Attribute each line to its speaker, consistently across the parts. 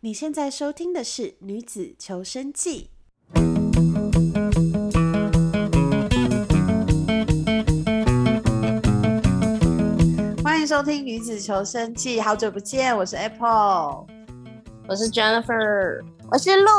Speaker 1: 你现在收听的是《女子求生记》。欢迎收听《女子求生记》，好久不见，我是 Apple。
Speaker 2: 我是 Jennifer，我是鹿，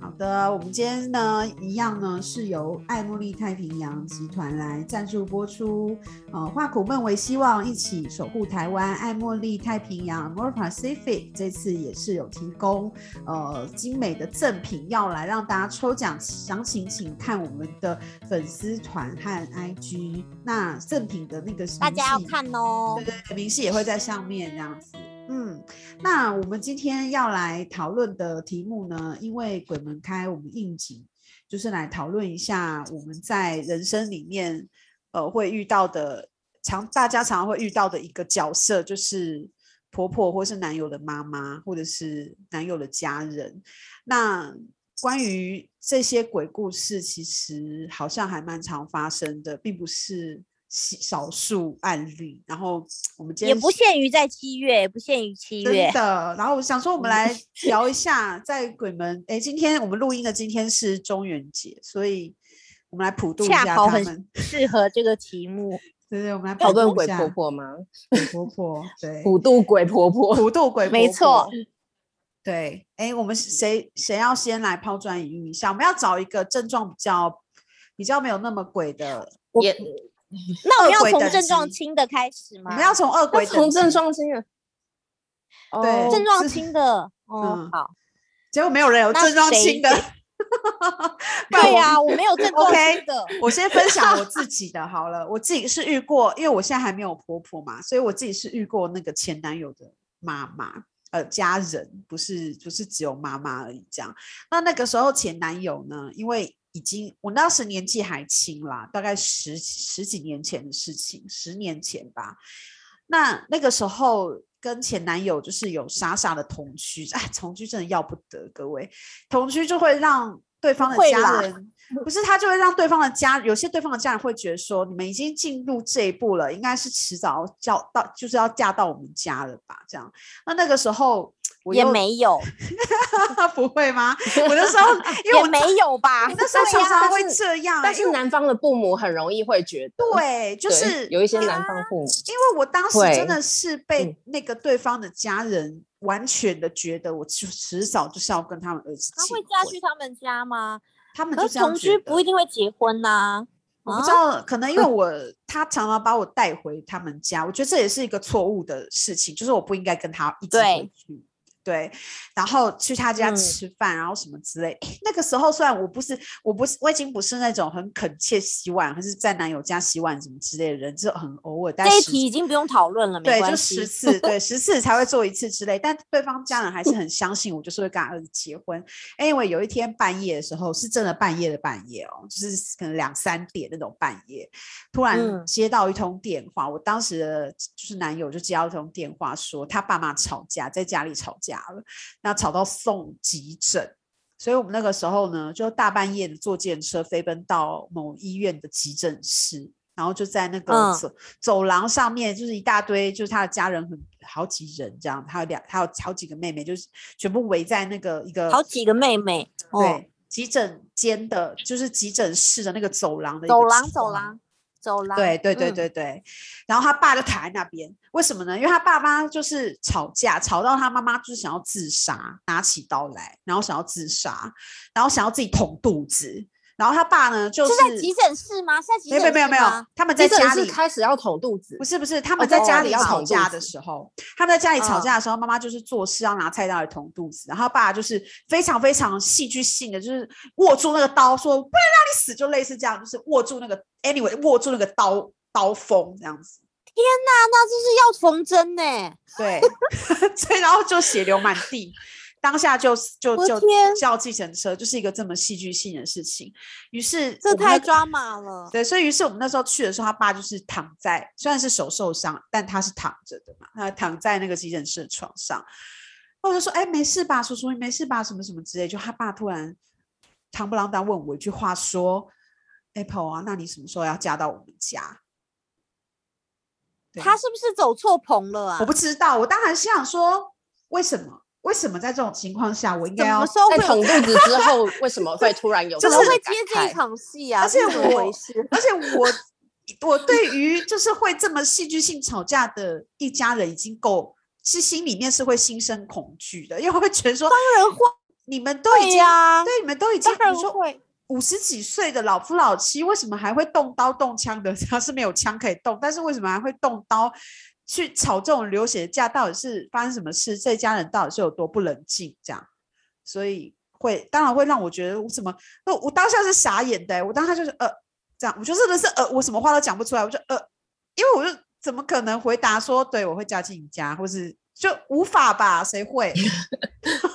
Speaker 1: 好的，我们今天呢，一样呢是由爱茉莉太平洋集团来赞助播出。呃，化苦闷为希望，一起守护台湾。爱茉莉太平洋 （More Pacific） 这次也是有提供呃精美的赠品要来让大家抽奖，详情请看我们的粉丝团和 IG。那赠品的那个
Speaker 2: 大家要
Speaker 1: 明细
Speaker 2: 看哦
Speaker 1: 嗯对。对对，明细也会在上面这样子。嗯，那我们今天要来讨论的题目呢，因为鬼门开，我们应景就是来讨论一下我们在人生里面呃会遇到的常大家常常会遇到的一个角色，就是婆婆或是男友的妈妈，或者是男友的家人。那关于这些鬼故事，其实好像还蛮常发生的，并不是稀少数案例。然后我们今
Speaker 2: 也
Speaker 1: 天
Speaker 2: 不限于在七月，也不限于七
Speaker 1: 真
Speaker 2: 月。
Speaker 1: 的。然后我想说，我们
Speaker 2: 嗯
Speaker 1: 来聊一下在鬼门。哎，今天我们录音的今天是中元节，所以我们来普渡一
Speaker 2: 恰
Speaker 1: 下
Speaker 2: 好
Speaker 1: 他
Speaker 2: 很
Speaker 1: 们。
Speaker 2: 适合这个题目，
Speaker 1: 对对，我们来
Speaker 3: 讨
Speaker 1: 普
Speaker 3: 论
Speaker 1: 渡一
Speaker 3: 鬼
Speaker 1: 下
Speaker 3: 婆婆吗？
Speaker 1: 鬼婆婆，对，
Speaker 3: 普渡鬼婆婆，
Speaker 1: 普渡鬼婆婆，
Speaker 2: 没错。
Speaker 1: 对，哎，我们谁谁要先来抛砖引玉一下？我们要找一个症状比较比较没有那么鬼的，
Speaker 2: 我
Speaker 3: 也
Speaker 2: 那我们
Speaker 1: 恶鬼
Speaker 2: 要从
Speaker 1: 等
Speaker 2: 症状
Speaker 1: 级
Speaker 2: 轻的开始
Speaker 1: 我
Speaker 2: 吗？
Speaker 1: 们要从二
Speaker 3: 要
Speaker 1: 鬼
Speaker 3: 从
Speaker 1: 等
Speaker 3: 症
Speaker 1: 级，
Speaker 3: 状轻的。
Speaker 1: 对
Speaker 3: 哦
Speaker 2: 症
Speaker 1: 是
Speaker 2: 状轻的哦
Speaker 1: 嗯，
Speaker 2: 好。
Speaker 1: 结果没有人有
Speaker 2: 那
Speaker 1: 症状
Speaker 2: 谁
Speaker 1: 轻的。 不然
Speaker 2: 对
Speaker 1: 我
Speaker 2: 啊呀，我没有症状
Speaker 1: OK
Speaker 2: 轻的。
Speaker 1: 我先分享我自己的好了，我自己是遇过，因为我现在还没有婆婆嘛，所以我自己是遇过那个前男友的妈妈，呃，家人不是不是只有妈妈而已这样。那那个时候前男友呢，因为已经我那时年纪还轻啦，大概十十几年前的事情，十年前吧。那那个时候跟前男友就是有傻傻的同居，哎，同居真的要不得，各位，同居就会让对方的
Speaker 2: 会
Speaker 1: 家
Speaker 2: 啦
Speaker 1: 人，不是他就会让对方的家，有些对方的家人会觉得说，你们已经进入这一步了，应该是迟早要叫到，就是要嫁到我们家了吧？这样，那那个时候我
Speaker 2: 也
Speaker 1: 又
Speaker 2: 没有，
Speaker 1: 不会吗？我那时 候因为
Speaker 2: 也
Speaker 1: 我
Speaker 2: 没有吧
Speaker 1: 我？那时候
Speaker 3: 对呀
Speaker 1: 常常会
Speaker 3: 但是
Speaker 1: 这样，
Speaker 3: 但
Speaker 1: 因
Speaker 3: 是
Speaker 1: 为
Speaker 3: 男方的父母很容易会觉得，
Speaker 1: 对，啊就
Speaker 3: 对
Speaker 1: 是
Speaker 3: 有一些
Speaker 1: 因
Speaker 3: 男方父母，
Speaker 1: 因为我当时真
Speaker 3: 会
Speaker 1: 的是被
Speaker 3: 嗯
Speaker 1: 那个对方的家人完全的觉得我迟迟早就是要跟他们儿子
Speaker 2: 他会
Speaker 1: 结
Speaker 2: 嫁
Speaker 1: 婚
Speaker 2: 去，他们家吗？
Speaker 1: 他们
Speaker 2: 可
Speaker 1: 就是这样
Speaker 2: 同
Speaker 1: 觉
Speaker 2: 居不
Speaker 1: 得
Speaker 2: 一定会结婚呐。
Speaker 1: 我不
Speaker 2: 啊
Speaker 1: 知道，可能因为我他常常把我带回他们家，我觉得这也是一个错误的事情，就是我不应该跟他一起回
Speaker 2: 对
Speaker 1: 去。对，然后去他家
Speaker 2: 嗯
Speaker 1: 吃饭，然后什么之类。 诶那个时候虽然我不是，我不是，我已经不是那种很恳切洗碗，还是在男友家洗碗什么之类的人，就很偶尔。但
Speaker 2: 这一
Speaker 1: 实
Speaker 2: 题已经不用讨论了，没
Speaker 1: 对，就
Speaker 2: 关
Speaker 1: 十
Speaker 2: 系。
Speaker 1: 次，对，十次才会做一次之类。但对方家人还
Speaker 2: 嗯
Speaker 1: 是很相信我，就是会跟他儿子结婚。因为有一天半夜的时候，是真的半夜的半夜哦，就是可能两三点那种半夜，突然
Speaker 2: 嗯
Speaker 1: 接到一通电话，我当时的就是男友就接到一通电话说他爸妈吵架，在家里吵架了，那吵到送急诊。所以我们那个时候呢，就大半夜的坐电车飞奔到某医院的急诊室，然后就在那个
Speaker 2: 嗯
Speaker 1: 走、走廊上面，就是一大堆，就是他的家人很好几人这样，还有两还有好几个妹妹，就是全部围在那个一个
Speaker 2: 好几个妹妹，哦，
Speaker 1: 对急诊间的，就是急诊室的那个走廊的一个
Speaker 2: 走廊，走
Speaker 1: 窗
Speaker 2: 廊，走廊。
Speaker 1: 对对对
Speaker 2: 嗯
Speaker 1: 对对。然后他爸就躺在那边，为什么呢？因为他爸妈就是吵架，吵到他妈妈就是想要自杀，拿起刀来，然后想要自杀，然后想要自己捅肚子。然后他爸呢，就是
Speaker 2: 在急诊室吗？是在急
Speaker 1: 没有
Speaker 2: 诊室
Speaker 1: 没有没有没有
Speaker 2: 吗，
Speaker 1: 他们在
Speaker 3: 急诊
Speaker 1: 家
Speaker 3: 室
Speaker 1: 里
Speaker 3: 开始要捅肚子
Speaker 1: 不，是不是，他们
Speaker 2: 哦
Speaker 1: 在
Speaker 2: 在
Speaker 1: 家
Speaker 2: 家
Speaker 1: 里
Speaker 2: 里
Speaker 1: 要
Speaker 2: 捅
Speaker 1: 吵
Speaker 3: 肚
Speaker 1: 架的
Speaker 3: 子
Speaker 1: 时候，他们在家里吵
Speaker 2: 嗯
Speaker 1: 架的时候，妈妈就是做事要拿菜刀来捅肚子，然后爸就是非常非常戏剧性的，就是握住那个刀说不能让你死，就类似这样，就是握住那个 anyway 握住那个刀刀锋这样子，
Speaker 2: 那那这是要缝针呢？
Speaker 1: 对， 所以然后就血流满地。当下就就
Speaker 2: 我
Speaker 1: 就
Speaker 2: 天
Speaker 1: 叫计程车，就是一个这么戏剧性的事情。于是
Speaker 2: 这
Speaker 1: 我们
Speaker 2: 太
Speaker 1: 那个
Speaker 2: 抓马了。
Speaker 1: 对，所以于是我们那时候去的时候，他爸就是躺在，虽然是手受伤，但他是躺着的嘛，他躺在那个急诊室的床上。我就说：“哎，没事吧，叔叔，你没事吧？什么什么之类。”就他爸突然堂不啷当问我一句话说：“Apple 啊，那你什么时候要嫁到我们家？”对
Speaker 2: 他是不是走错棚了啊啊
Speaker 1: 我？不知道，我当然是想说，为什么？为什么在这种情况下我应
Speaker 2: 什
Speaker 1: 该要
Speaker 2: 么？时候会
Speaker 3: 在
Speaker 2: 有
Speaker 3: 捅肚子之后，为什么会突然有？
Speaker 1: 就
Speaker 2: 怎
Speaker 1: 是
Speaker 2: 么会接这一场戏啊？
Speaker 1: 而且
Speaker 2: 是怎么
Speaker 1: 我
Speaker 2: 回事？
Speaker 1: 而且我我对于就是会这么戏剧性吵架的一家人已经够，是心里面是会心生恐惧的，因为会觉得说
Speaker 2: 当然会
Speaker 1: 你们都已
Speaker 2: 对
Speaker 1: 经、
Speaker 2: 呀，
Speaker 1: 啊对你们都已经
Speaker 2: 当然
Speaker 1: 你说
Speaker 2: 会。
Speaker 1: 五十几岁的老夫老妻，为什么还会动刀动枪的？ 他是没有枪可以动，但是为什么还会动刀去吵这种流血架？到底是发生什么事？这家人到底是有多不冷静？这样，所以会当然会让我觉得我怎么？那我当下是傻眼的欸、我当下就是呃这样，我就真的是呃，我什么话都讲不出来，我就呃，因为我就怎么可能回答说对我会嫁进你家，或是就无法吧？谁会？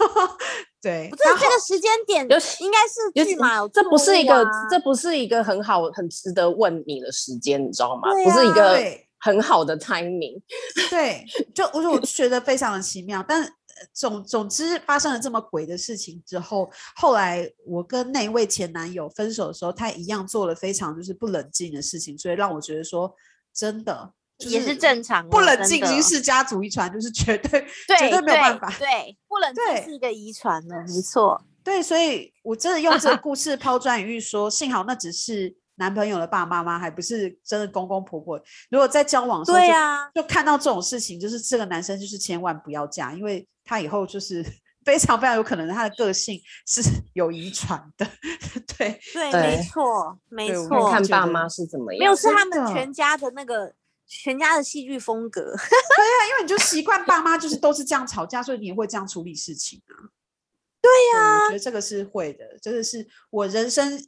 Speaker 1: 对，
Speaker 2: 不是
Speaker 1: 然后
Speaker 2: 这个时间点
Speaker 3: 尤其
Speaker 2: 应该是
Speaker 3: 尤
Speaker 2: 剧
Speaker 3: 其
Speaker 2: 嘛？有
Speaker 3: 这不是一
Speaker 2: 错误
Speaker 3: 个
Speaker 2: 啊，
Speaker 3: 这不是一个很好、很值得问你的时间，你知道吗？
Speaker 2: 对
Speaker 3: 不是一
Speaker 2: 啊
Speaker 3: 个
Speaker 1: 对
Speaker 3: 很好的 timing。
Speaker 1: 对，就我就我就觉得非常的奇妙，但呃总总之发生了这么鬼的事情之后，后来我跟那一位前男友分手的时候，他一样做了非常就是不冷静的事情，所以让我觉得说真的、就
Speaker 2: 也是正常的，啊
Speaker 1: 不冷
Speaker 2: 真
Speaker 1: 静已
Speaker 2: 的
Speaker 1: 经是家族遗传，就是绝对
Speaker 2: 对
Speaker 1: 绝对没有办法
Speaker 2: 对，对不冷
Speaker 1: 对
Speaker 2: 静是一个遗传的，没错。
Speaker 1: 对，所以我真的用这个故事抛砖引玉说，幸好那只是男朋友的爸爸妈妈，还不是真的公公婆婆。如果在交往的时候
Speaker 2: 对
Speaker 1: 就
Speaker 2: 啊，
Speaker 1: 就看到这种事情，就是这个男生就是千万不要嫁，因为他以后就是 非常非常有可能他的个性是 有遗传的， 对
Speaker 2: 对，
Speaker 3: 对
Speaker 2: 没错，没
Speaker 1: 对我
Speaker 2: 错。
Speaker 3: 看
Speaker 1: 哦觉
Speaker 3: 爸
Speaker 1: 得
Speaker 3: 妈是怎么样，
Speaker 2: 没有是他
Speaker 1: 真的
Speaker 2: 们全家的那个全家的戏剧风格，
Speaker 1: 对，因为你就习惯爸妈就是都是这样吵架，所以你也会这样处理事情啊。对呀、我觉得这个是会的，这个是我人生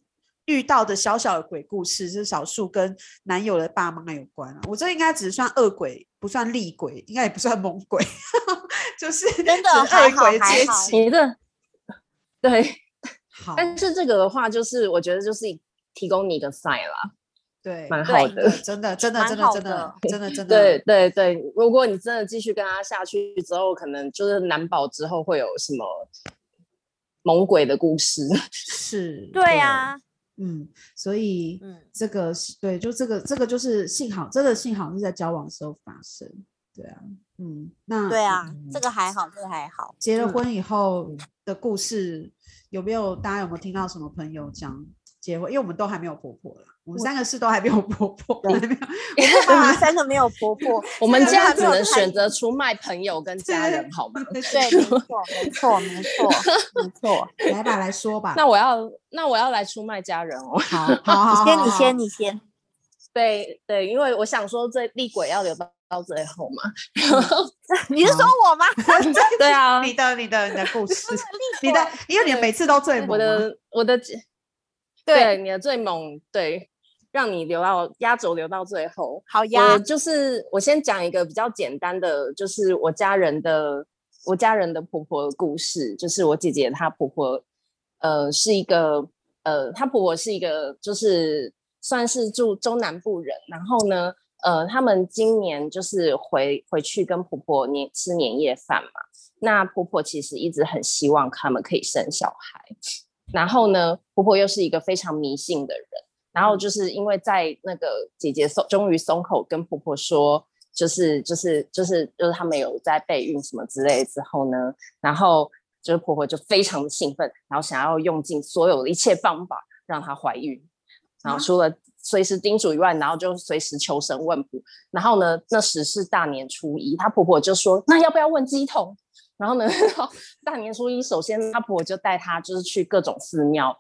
Speaker 1: 遇到的小小的鬼故事，是少数跟男友的爸妈有关啊。我这应该只算恶鬼，不算厉鬼，应该也不算猛鬼， 就是
Speaker 2: 真的
Speaker 1: 只是
Speaker 2: 还
Speaker 1: 恶
Speaker 2: 好
Speaker 1: 鬼
Speaker 2: 还
Speaker 1: 阶
Speaker 2: 好
Speaker 1: 级。
Speaker 3: 你这 对，
Speaker 1: 好，
Speaker 3: 但是这个的话，就是我觉得就是提供你一个 sign 啦，
Speaker 1: 对，
Speaker 3: 蛮好
Speaker 2: 对嗯
Speaker 3: 的。
Speaker 1: 真的，真的，
Speaker 2: 蛮
Speaker 1: 真的，
Speaker 2: 好
Speaker 1: 真的，真 的，真的，
Speaker 3: 对对对，如果你真的继续跟他下去之后，可能就是难保之后会有什么猛鬼的故事。
Speaker 1: 是，
Speaker 2: 对啊，
Speaker 1: 嗯，所以
Speaker 2: 嗯，
Speaker 1: 这个是对，就这个，这个就是幸好，真的幸好是在交往的时候发生，对啊，嗯，那
Speaker 2: 对啊，
Speaker 1: 嗯
Speaker 2: 这个还好，这个还好，
Speaker 1: 结了
Speaker 2: 嗯
Speaker 1: 婚以后的故事有没有？大家有没有听到什么朋友讲结婚？因为我们都还没有婆婆啦，我们
Speaker 2: 我
Speaker 1: 三个是都还没有婆婆，还没有，我没有
Speaker 2: 我
Speaker 1: 办
Speaker 2: 们
Speaker 1: 法。
Speaker 2: 三个没有婆婆，
Speaker 3: 我们
Speaker 2: 这个
Speaker 3: 家
Speaker 2: 还
Speaker 3: 只
Speaker 2: 没有
Speaker 3: 能
Speaker 2: 太
Speaker 3: 选择出卖朋友跟家 人，好吗？
Speaker 2: 对，没错，没错，没错，没错。
Speaker 1: 来吧，来说吧。
Speaker 3: 那我要那我要来出卖家人哦。
Speaker 1: 好，好，好，好
Speaker 2: 你先，你
Speaker 1: 好
Speaker 2: 先，你先。
Speaker 3: 对对，因为我想说这厉鬼要留到到最后嘛。 然后
Speaker 2: 你是说我吗？嗯
Speaker 3: 对啊，
Speaker 1: 你的，你的，你的故事， 你
Speaker 2: 立
Speaker 1: 的
Speaker 2: 国，
Speaker 1: 因为你的每次都最猛
Speaker 3: 我
Speaker 1: 嘛
Speaker 3: 的我的对你的最猛，对，让你留到压轴留到最后。
Speaker 2: 好
Speaker 3: 我
Speaker 2: 呀，
Speaker 3: 就是我先讲一个比较简单的，就是我家人的我家人的婆婆的故事，就是我姐姐她婆婆，呃，是一个呃，她婆婆是一个就是算是住中南部人，然后呢，呃，他们今年就是回回去跟婆婆年吃年夜饭嘛，那婆婆其实一直很希望他们可以生小孩，然后呢，婆婆又是一个非常迷信的人。然后就是因为在那个姐姐松终于松口跟婆婆说，就是就是就是就是他们有在备孕什么之类之后呢，然后就是婆婆就非常的兴奋，然后想要用尽所有的一切方法让她怀孕，然后
Speaker 1: 啊
Speaker 3: 除了随时叮嘱以外，然后就随时求神问卜，然后呢，那时是大年初一，她婆婆就说那要不要问鸡桶？然后呢， 然后大年初一，首先她婆婆就带她就是去各种寺庙，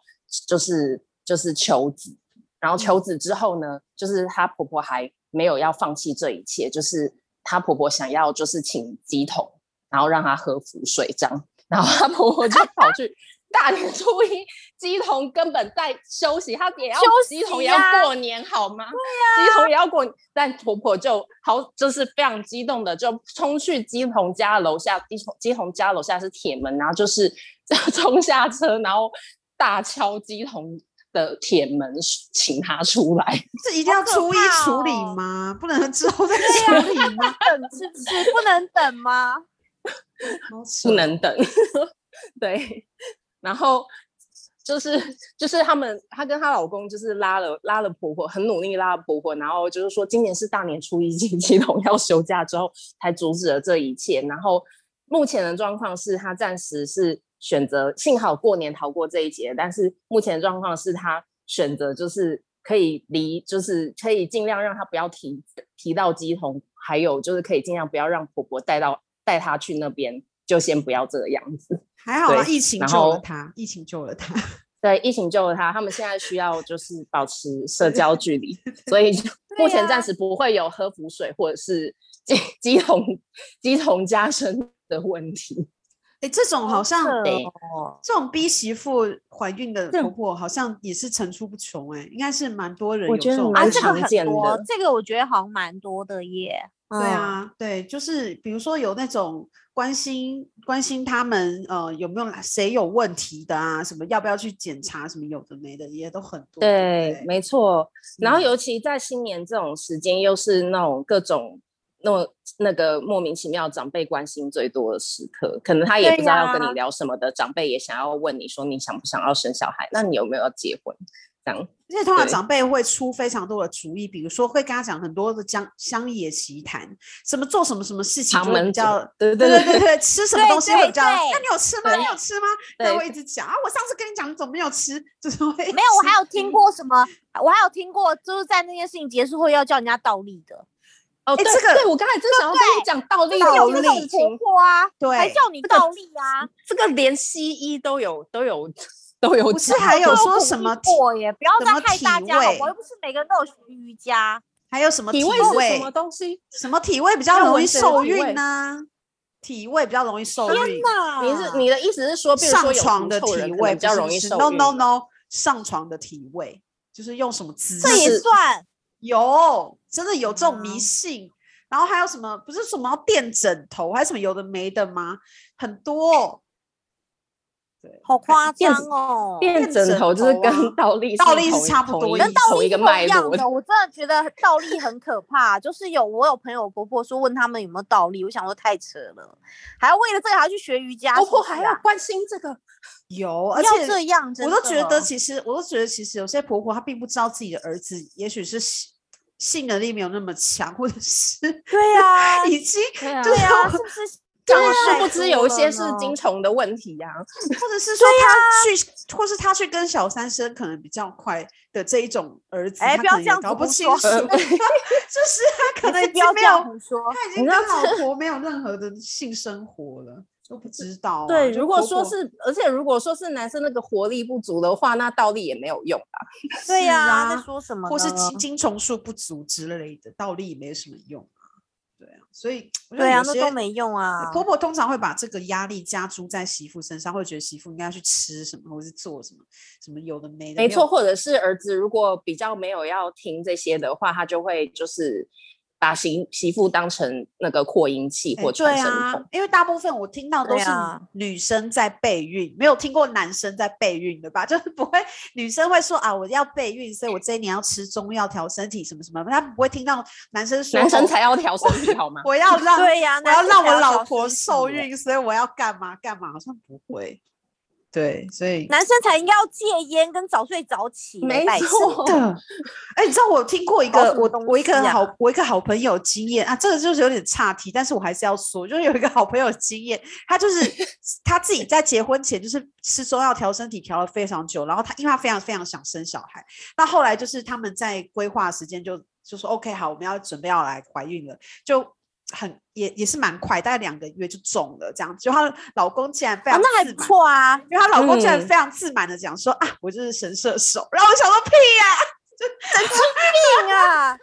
Speaker 3: 就是就是求子，然后求子之后呢，就是她婆婆还没有要放弃这一切，就是她婆婆想要就是请鸡桶，然后让她喝符水这样，然后她婆婆就跑 去大年初一，鸡桶根本在休息，她也要
Speaker 2: 休
Speaker 3: 鸡桶
Speaker 2: 息
Speaker 3: 也要
Speaker 2: 呀
Speaker 3: 过年好吗？鸡桶也要过年，但婆婆就好就是非常激动的就冲去鸡桶家楼下，鸡桶鸡桶家楼下是铁门，然后就是冲下车，然后大敲鸡桶。的铁门，请他出来。
Speaker 1: 这一定要
Speaker 2: 可
Speaker 1: 初一
Speaker 2: 怕
Speaker 1: 处理
Speaker 2: 哦
Speaker 1: 吗？不能之后再处理 吗？
Speaker 2: 等是不是不能等吗？
Speaker 1: 好扯
Speaker 3: 不能等。 对，然后就是就是他们，她跟她老公就是拉了拉了婆婆，很努力拉了婆婆，然后 就是说今年是大年初一，金鸡桶要休假之后才阻止了这一切，然后。目前的状况是她暂时是选择，幸好过年逃过这一劫，但是目前的状况是她选择就是可以离，就是可以尽量让她不要提提到鸡同，还有就是可以尽量不要让婆婆带到带她去那边，就先不要这个样子。
Speaker 1: 还好啦，
Speaker 3: 对
Speaker 1: 疫情
Speaker 3: 然
Speaker 1: 救了
Speaker 3: 后
Speaker 1: 他，疫情救了他。
Speaker 3: 对，疫情救了她，他们现在需要就是保持社交距离，所以就目前暂时不会有喝浮水或者是鸡鸡同鸡同加深的问题。
Speaker 1: 哎，这种好像
Speaker 3: 对
Speaker 2: 哦，
Speaker 1: 这种逼媳妇怀孕的
Speaker 2: 这
Speaker 1: 婆婆，好像也是层出不穷哎、应该是蛮多人
Speaker 3: 我
Speaker 1: 有
Speaker 3: 觉
Speaker 1: 这
Speaker 3: 得
Speaker 1: 种
Speaker 3: 蛮
Speaker 1: 问
Speaker 2: 啊，
Speaker 1: 题
Speaker 2: 这
Speaker 1: 的。
Speaker 2: 个
Speaker 3: 常
Speaker 2: 很
Speaker 3: 见
Speaker 2: 多
Speaker 3: 的，
Speaker 2: 这个我觉得好像蛮多的耶。对
Speaker 1: 对，啊，对，就是比如说有那种关心关心他们呃有没有来谁有问题的啊，什么要不要去检查什么有的没的也都很多。对
Speaker 3: 对
Speaker 1: 不，对，
Speaker 3: 没错。然后
Speaker 1: 嗯
Speaker 3: 尤其在新年这种时间，又是那种各种那种那个莫名其妙长辈关心最多的时刻，可能他也
Speaker 2: 对
Speaker 3: 不知道要跟
Speaker 2: 呀
Speaker 3: 你聊什么的，长辈也想要问你说你想不想要生小孩，那你有没有要结婚？这样
Speaker 1: 而且通常
Speaker 3: 对
Speaker 1: 长辈会出非常多的主意，比如说会跟他讲很多的乡乡野奇谈，什么做什么什么事情
Speaker 3: 旁
Speaker 1: 就会比
Speaker 3: 门左
Speaker 1: 较。
Speaker 3: 对
Speaker 1: 对
Speaker 3: 对
Speaker 1: 对对对，吃 什么
Speaker 2: 对
Speaker 1: 东西会
Speaker 2: 对
Speaker 1: 比较？那
Speaker 2: 对
Speaker 1: 你有吃吗？你有吃吗？
Speaker 3: 对
Speaker 1: 对，会一直讲啊！我上次跟你讲，你怎么没有吃？就是会
Speaker 2: 没有，我
Speaker 1: 吃
Speaker 2: 还有听
Speaker 1: 嗯
Speaker 2: 过什么？我还有听过，就是在那件事情结束后要叫人家倒立的，
Speaker 3: 哦，
Speaker 1: 哎
Speaker 3: 对，
Speaker 1: 这个
Speaker 3: 对我刚才正想要跟你讲倒立
Speaker 2: 这有
Speaker 3: 这
Speaker 2: 这
Speaker 3: 种
Speaker 2: 种
Speaker 3: 情
Speaker 2: 婆婆啊，
Speaker 1: 对
Speaker 2: 还叫你
Speaker 3: 这个
Speaker 2: 倒立啊，
Speaker 3: 这个连西医都有都有都有
Speaker 1: 不是
Speaker 3: 讲
Speaker 1: 还有
Speaker 2: 我
Speaker 1: 说
Speaker 2: 鼓
Speaker 1: 什
Speaker 2: 励
Speaker 1: 么体
Speaker 2: 过耶？不要
Speaker 1: 什
Speaker 2: 再
Speaker 1: 么
Speaker 2: 害大
Speaker 1: 体
Speaker 2: 家好
Speaker 1: 位
Speaker 2: 不好？又不是每个人都有学瑜伽，
Speaker 1: 还有什么
Speaker 3: 体位是什么东西？
Speaker 1: 什么体位比较
Speaker 3: 像
Speaker 1: 容易
Speaker 3: 蚊子的
Speaker 1: 受
Speaker 3: 体
Speaker 1: 孕
Speaker 3: 位
Speaker 1: 呢、体位比较容易受孕，
Speaker 2: 哪
Speaker 3: 你是你的意思是说，比如说
Speaker 1: 啊上
Speaker 3: 有
Speaker 1: 床
Speaker 3: 狐
Speaker 1: 的
Speaker 3: 臭
Speaker 1: 体
Speaker 3: 人可
Speaker 1: 位
Speaker 3: 能比较
Speaker 1: 不是
Speaker 3: 容易
Speaker 1: 是
Speaker 3: 受
Speaker 1: No
Speaker 3: 孕
Speaker 1: no no，上床的体位就是用什么姿
Speaker 2: 这也
Speaker 1: 势？
Speaker 2: 算
Speaker 1: 有，真的有这种迷
Speaker 2: 啊
Speaker 1: 信。然后还有什么？不是什么要垫枕头，还是什么有的没的吗？很多哦。对，
Speaker 2: 好夸
Speaker 3: 电
Speaker 2: 张
Speaker 3: 子
Speaker 2: 哦。
Speaker 3: 垫
Speaker 1: 垫枕
Speaker 3: 枕头就是
Speaker 1: 头啊
Speaker 3: 跟倒立
Speaker 1: 倒立是
Speaker 3: 同一
Speaker 1: 差不
Speaker 3: 同
Speaker 1: 多
Speaker 3: 一
Speaker 1: 的
Speaker 2: 跟倒
Speaker 3: 同
Speaker 2: 立
Speaker 3: 一个
Speaker 2: 是
Speaker 3: 脉
Speaker 2: 一样
Speaker 3: 络
Speaker 2: 的，我真的觉得倒立很可怕。就是有我有朋友婆婆说问他们有没有倒立，我想说太扯了，还要为了这个还要去学瑜伽，
Speaker 3: 婆婆
Speaker 2: 是不
Speaker 3: 还
Speaker 2: 是
Speaker 3: 要
Speaker 2: 啊
Speaker 3: 关心这个，
Speaker 1: 有，
Speaker 2: 不
Speaker 1: 而
Speaker 2: 要这
Speaker 1: 且
Speaker 2: 样，
Speaker 1: 我
Speaker 2: 真
Speaker 1: 都觉得，
Speaker 2: 的哦
Speaker 1: 其实我都觉得，其实有些婆婆她并不知道自己的儿子，也许是性性能力没有那么强，或者是
Speaker 2: 对啊
Speaker 1: 已经
Speaker 3: 对啊
Speaker 1: 就
Speaker 2: 对
Speaker 1: 是
Speaker 2: 啊，是不是？
Speaker 3: 但
Speaker 2: 对啊
Speaker 3: 殊不
Speaker 2: 太
Speaker 3: 知
Speaker 2: 多
Speaker 3: 有一
Speaker 2: 了
Speaker 3: 些是
Speaker 2: 呢
Speaker 3: 精虫的问题啊 呀、
Speaker 1: 或者是说他去，或是他去跟小三生可能比较快的这一种儿子，
Speaker 2: 哎
Speaker 1: 他
Speaker 2: 不要
Speaker 1: 可能也
Speaker 2: 这样
Speaker 1: 搞
Speaker 2: 子
Speaker 1: 不
Speaker 2: 胡
Speaker 1: 清
Speaker 2: 说
Speaker 1: 楚， 就是他可
Speaker 2: 还
Speaker 1: 能
Speaker 2: 是
Speaker 1: 已
Speaker 2: 不要
Speaker 1: 经
Speaker 2: 这
Speaker 1: 没有
Speaker 2: 样，胡说。
Speaker 1: 他已经
Speaker 3: 你知
Speaker 1: 跟
Speaker 3: 道
Speaker 1: 老婆没有任何的性生活了，都不知道啊、
Speaker 3: 对，
Speaker 1: 就
Speaker 3: 如果
Speaker 1: 婆
Speaker 3: 说
Speaker 1: 婆
Speaker 3: 是，而且如果说是男生那个活力不足的话，那倒立也没有用吧？
Speaker 2: 对
Speaker 1: 是
Speaker 2: 呀、在
Speaker 1: 啊
Speaker 2: 说什么呢？
Speaker 1: 或是精精虫数不足之类的，倒立也没什么用啊。对啊，所以我觉得
Speaker 2: 对啊
Speaker 1: 有，
Speaker 2: 那
Speaker 1: 些
Speaker 2: 都没用啊。
Speaker 1: 婆婆通常会把这个压力加诸在媳妇身上，会觉得媳妇应该去吃什么，或是做什么，什么有的没的。
Speaker 3: 没
Speaker 1: 有
Speaker 3: 错，，或者是儿子如果比较没有要听这些的话，他就会就是把媳媳妇当成那个扩音器
Speaker 1: 哎
Speaker 3: 或
Speaker 1: 对
Speaker 3: 传声筒。
Speaker 1: 啊，因为大部分我听到都
Speaker 2: 对
Speaker 1: 是
Speaker 2: 啊
Speaker 1: 女生在备孕，没有听过男生在备孕的吧？ 就是不会女生会说啊，我要备孕，所以我这一年要吃中药调身体什么什么，他不会听到男生说
Speaker 3: 男生
Speaker 1: 哦
Speaker 3: 才要调身 体好吗？
Speaker 1: 我要让
Speaker 2: 对呀、
Speaker 1: 我
Speaker 2: 那
Speaker 1: 要
Speaker 2: 是
Speaker 1: 让
Speaker 2: 才
Speaker 1: 我
Speaker 2: 调
Speaker 1: 老婆
Speaker 2: 身体
Speaker 1: 受
Speaker 2: 耶，
Speaker 1: 孕，所以我要干嘛干嘛，好像不会。对，所以
Speaker 2: 男生才应该要戒烟跟早睡早起耶。
Speaker 3: 没
Speaker 2: 拜托
Speaker 3: 错
Speaker 1: 真 的，哎、你知道我听过一
Speaker 2: 搞
Speaker 1: 个
Speaker 2: 什么
Speaker 1: 我
Speaker 2: 东
Speaker 1: 我一个
Speaker 2: 西
Speaker 1: 好
Speaker 2: 啊
Speaker 1: 我一个好朋友经验啊，这个就是有点岔题，但是我还是要说，就是有一个好朋友经验，他就是 他自己在结婚前就是吃中药调身体调了非常久，然后他因为他非常非常想生小孩，那后来就是他们在规划时间就就说 OK 好，我们要准备要来怀孕了，就。很也也是蛮快，大概两个月就中了，这样。就她老公竟然非
Speaker 2: 啊，
Speaker 1: 常、
Speaker 2: 那还不错啊。
Speaker 1: 因为她老公竟然
Speaker 3: 嗯
Speaker 1: 非常自满的讲说、啊，我就是神射手。然后我想说屁呀、
Speaker 2: 病啊，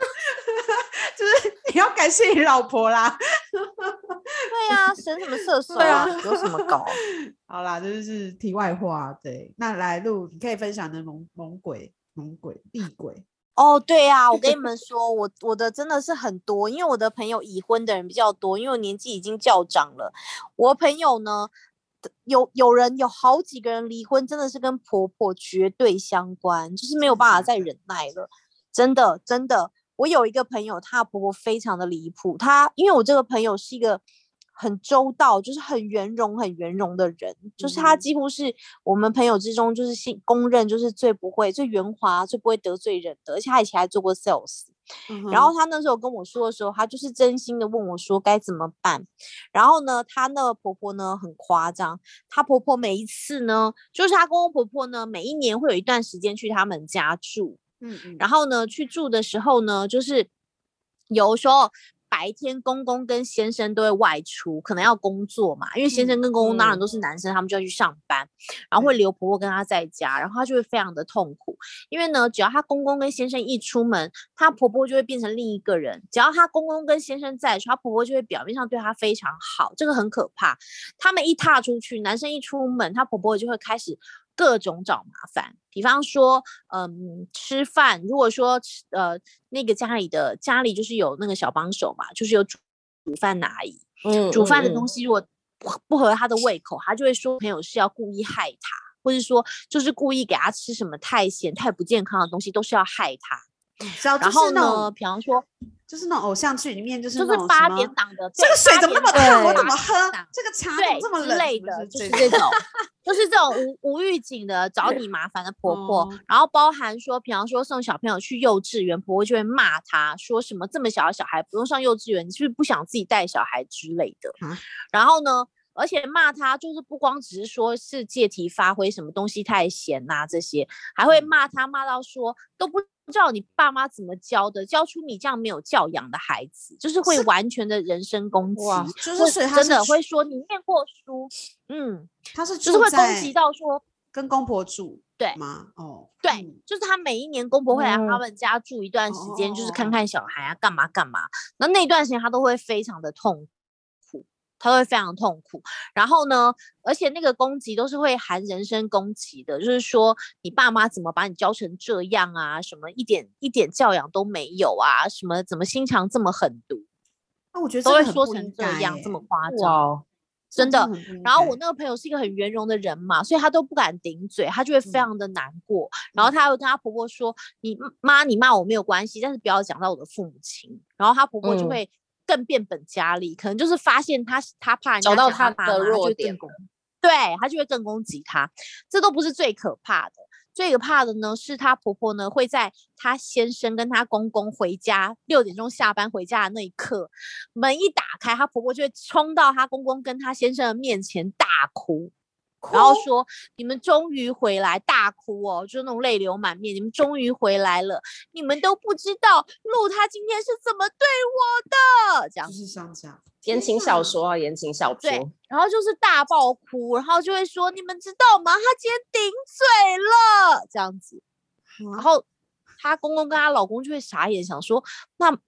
Speaker 1: 就是 你要感谢你老婆啦。
Speaker 2: 对啊，神什么射手
Speaker 1: 对啊
Speaker 2: 啊，有什么搞？
Speaker 1: 好啦，这就是题外话。对，那来录，你可以分享你的猛猛鬼、猛鬼、厉鬼。
Speaker 2: 哦，对啊，我跟你们说，我我的真的是很多，因为我的朋友已婚的人比较多，因为我年纪已经较长了。我朋友呢，有有人有好几个人离婚，真的是跟婆婆绝对相关，就是没有
Speaker 1: 真
Speaker 2: 办
Speaker 1: 假
Speaker 2: 法再忍耐了，真的真的。我有一个朋友，她的婆婆非常的离谱，她因为我这个朋友是一个。很周到，就是很圆融、很圆融的人，就是她
Speaker 1: 嗯
Speaker 2: 几乎是我们朋友之中就是信公认就是最不会、最圆滑、最不会得罪人的，而且她以前还做过 sales，然后她那时候跟我说的时候，她就是真心的问我说该怎么办。然后呢，她那个婆婆呢很夸张，她婆婆每一次呢，就是她公公婆婆呢，每一年会有一段时间去他们家住。
Speaker 1: 嗯嗯，
Speaker 2: 然后呢，去住的时候呢，就是有时候白天公公跟先生都会外出，可能要工作嘛，因为先生跟公公当然都是男生，他们就要去上班，然后会留婆婆跟她在家，然后她就会非常的痛苦，因为呢，只要她公公跟先生一出门，她婆婆就会变成另一个人；只要她公公跟先生在的时候，她婆婆就会表面上对她非常好，这个很可怕。他们一踏出去，男生一出门，她婆婆就会开始各种找麻烦。比方说，嗯，吃饭，如果说吃呃那个家里的家里就是有那个小帮手嘛，就是有煮煮饭的阿姨，
Speaker 3: 嗯
Speaker 2: 煮饭的东
Speaker 3: 西，
Speaker 2: 西如果不不合她的胃口，她就会说朋友是要故意害她，或者说就是故意给她吃什么太咸、太不健康的东西，都是要害她。
Speaker 1: 知道，就
Speaker 2: 然后
Speaker 1: 是那
Speaker 2: 呢，
Speaker 1: 种
Speaker 2: 比方说
Speaker 1: 就是那种偶像剧里面就是
Speaker 2: 就
Speaker 1: 那
Speaker 2: 是
Speaker 1: 种
Speaker 2: 八
Speaker 1: 什么
Speaker 2: 点档的，
Speaker 1: 这
Speaker 2: 对
Speaker 1: 个水怎么那么烫？
Speaker 3: 对
Speaker 1: 我怎么
Speaker 2: 八
Speaker 1: 喝
Speaker 2: 点档？
Speaker 1: 这个茶怎
Speaker 2: 对
Speaker 1: 么这么
Speaker 2: 之
Speaker 1: 冷
Speaker 2: 类
Speaker 1: 不
Speaker 2: 的，就是
Speaker 1: 这
Speaker 2: 这 种，就是这种无无预警的找你麻 烦的婆婆
Speaker 1: 哦，
Speaker 2: 然后包含说，比方说送小朋友去幼稚园，婆婆就会骂她，说什么这么小的小孩不用上幼稚园，你是不是不想自己带小孩之类的
Speaker 1: 啊。
Speaker 2: 然后呢，而且骂她就是不光只是说是借题发挥，什么东西太咸呐、这些，还
Speaker 1: 嗯
Speaker 2: 会骂她骂到说都不。知道你爸妈怎么教的，教出你这样没有教养的孩子，就是会
Speaker 1: 是
Speaker 2: 完全的人身攻击，
Speaker 3: 哇
Speaker 1: 就
Speaker 2: 嗯会
Speaker 1: 是所以他
Speaker 2: 真
Speaker 1: 是
Speaker 2: 的
Speaker 1: 去
Speaker 2: 会说你念过书，嗯，
Speaker 1: 他是
Speaker 2: 就是
Speaker 1: 住
Speaker 2: 会攻
Speaker 1: 在
Speaker 2: 击到说，
Speaker 1: 跟公婆住
Speaker 2: 对
Speaker 1: 吗？哦，
Speaker 2: 对，
Speaker 1: 嗯
Speaker 2: 就是他每一年公婆会来他
Speaker 3: 嗯
Speaker 2: 们家住一段时间，就是
Speaker 1: 哦哦哦
Speaker 2: 看看小孩啊，干嘛干嘛。那那段时间他都会非常的痛苦，他会非常痛苦。然后呢，而且那个攻击都是会含人身攻击的，就是说你爸妈怎么把你教成这样啊，什么一点一点教养都没有啊，什么怎么心肠这么狠毒，
Speaker 1: 那啊我觉得
Speaker 2: 都
Speaker 1: 这个
Speaker 2: 会
Speaker 1: 很
Speaker 2: 说
Speaker 1: 不应
Speaker 2: 成这
Speaker 1: 该
Speaker 2: 样
Speaker 1: 耶
Speaker 2: 这么夸张。
Speaker 3: 哇，
Speaker 1: 这
Speaker 2: 真
Speaker 1: 个
Speaker 2: 的
Speaker 1: 很不应
Speaker 2: 然
Speaker 3: 嗯
Speaker 2: 后我
Speaker 1: 该
Speaker 2: 那个朋友是一个很圆融的人嘛，所以他都不敢顶嘴，他就会非
Speaker 1: 嗯
Speaker 2: 常的难过。然后
Speaker 1: 嗯
Speaker 2: 他又跟他婆婆说：“你妈，你骂我没有关系，但是不要讲到我的父母亲。”然后他婆婆就
Speaker 3: 嗯
Speaker 2: 会更变本加厉，可能就是发现他他怕人
Speaker 3: 找
Speaker 2: 家
Speaker 3: 到
Speaker 2: 讲
Speaker 3: 他
Speaker 2: 爸
Speaker 3: 的
Speaker 2: 妈
Speaker 3: 弱
Speaker 2: 就会更
Speaker 3: 点
Speaker 2: 攻对他就会更攻击他。这都不是最可怕的，最可怕的呢是她婆婆呢会在她先生跟她公公回家六点钟下班回家的那一刻，门一打开，她婆婆就会冲到她公公跟她先生的面前大哭。然后说：“你们终于回来，大哭哦，就是那种泪流满面。你们终于回来了，你们都不知道陆他今天是怎么对我的，这样
Speaker 1: 就。是像这样
Speaker 3: 言
Speaker 1: 天
Speaker 3: 情小
Speaker 1: 哪
Speaker 3: 说啊，言情小说，
Speaker 2: 对然后就是大爆哭，然后就会说：你们知道吗？他今天顶嘴了，这样子。然
Speaker 1: 啊，
Speaker 2: 后她公公跟她老公就会傻眼，想说那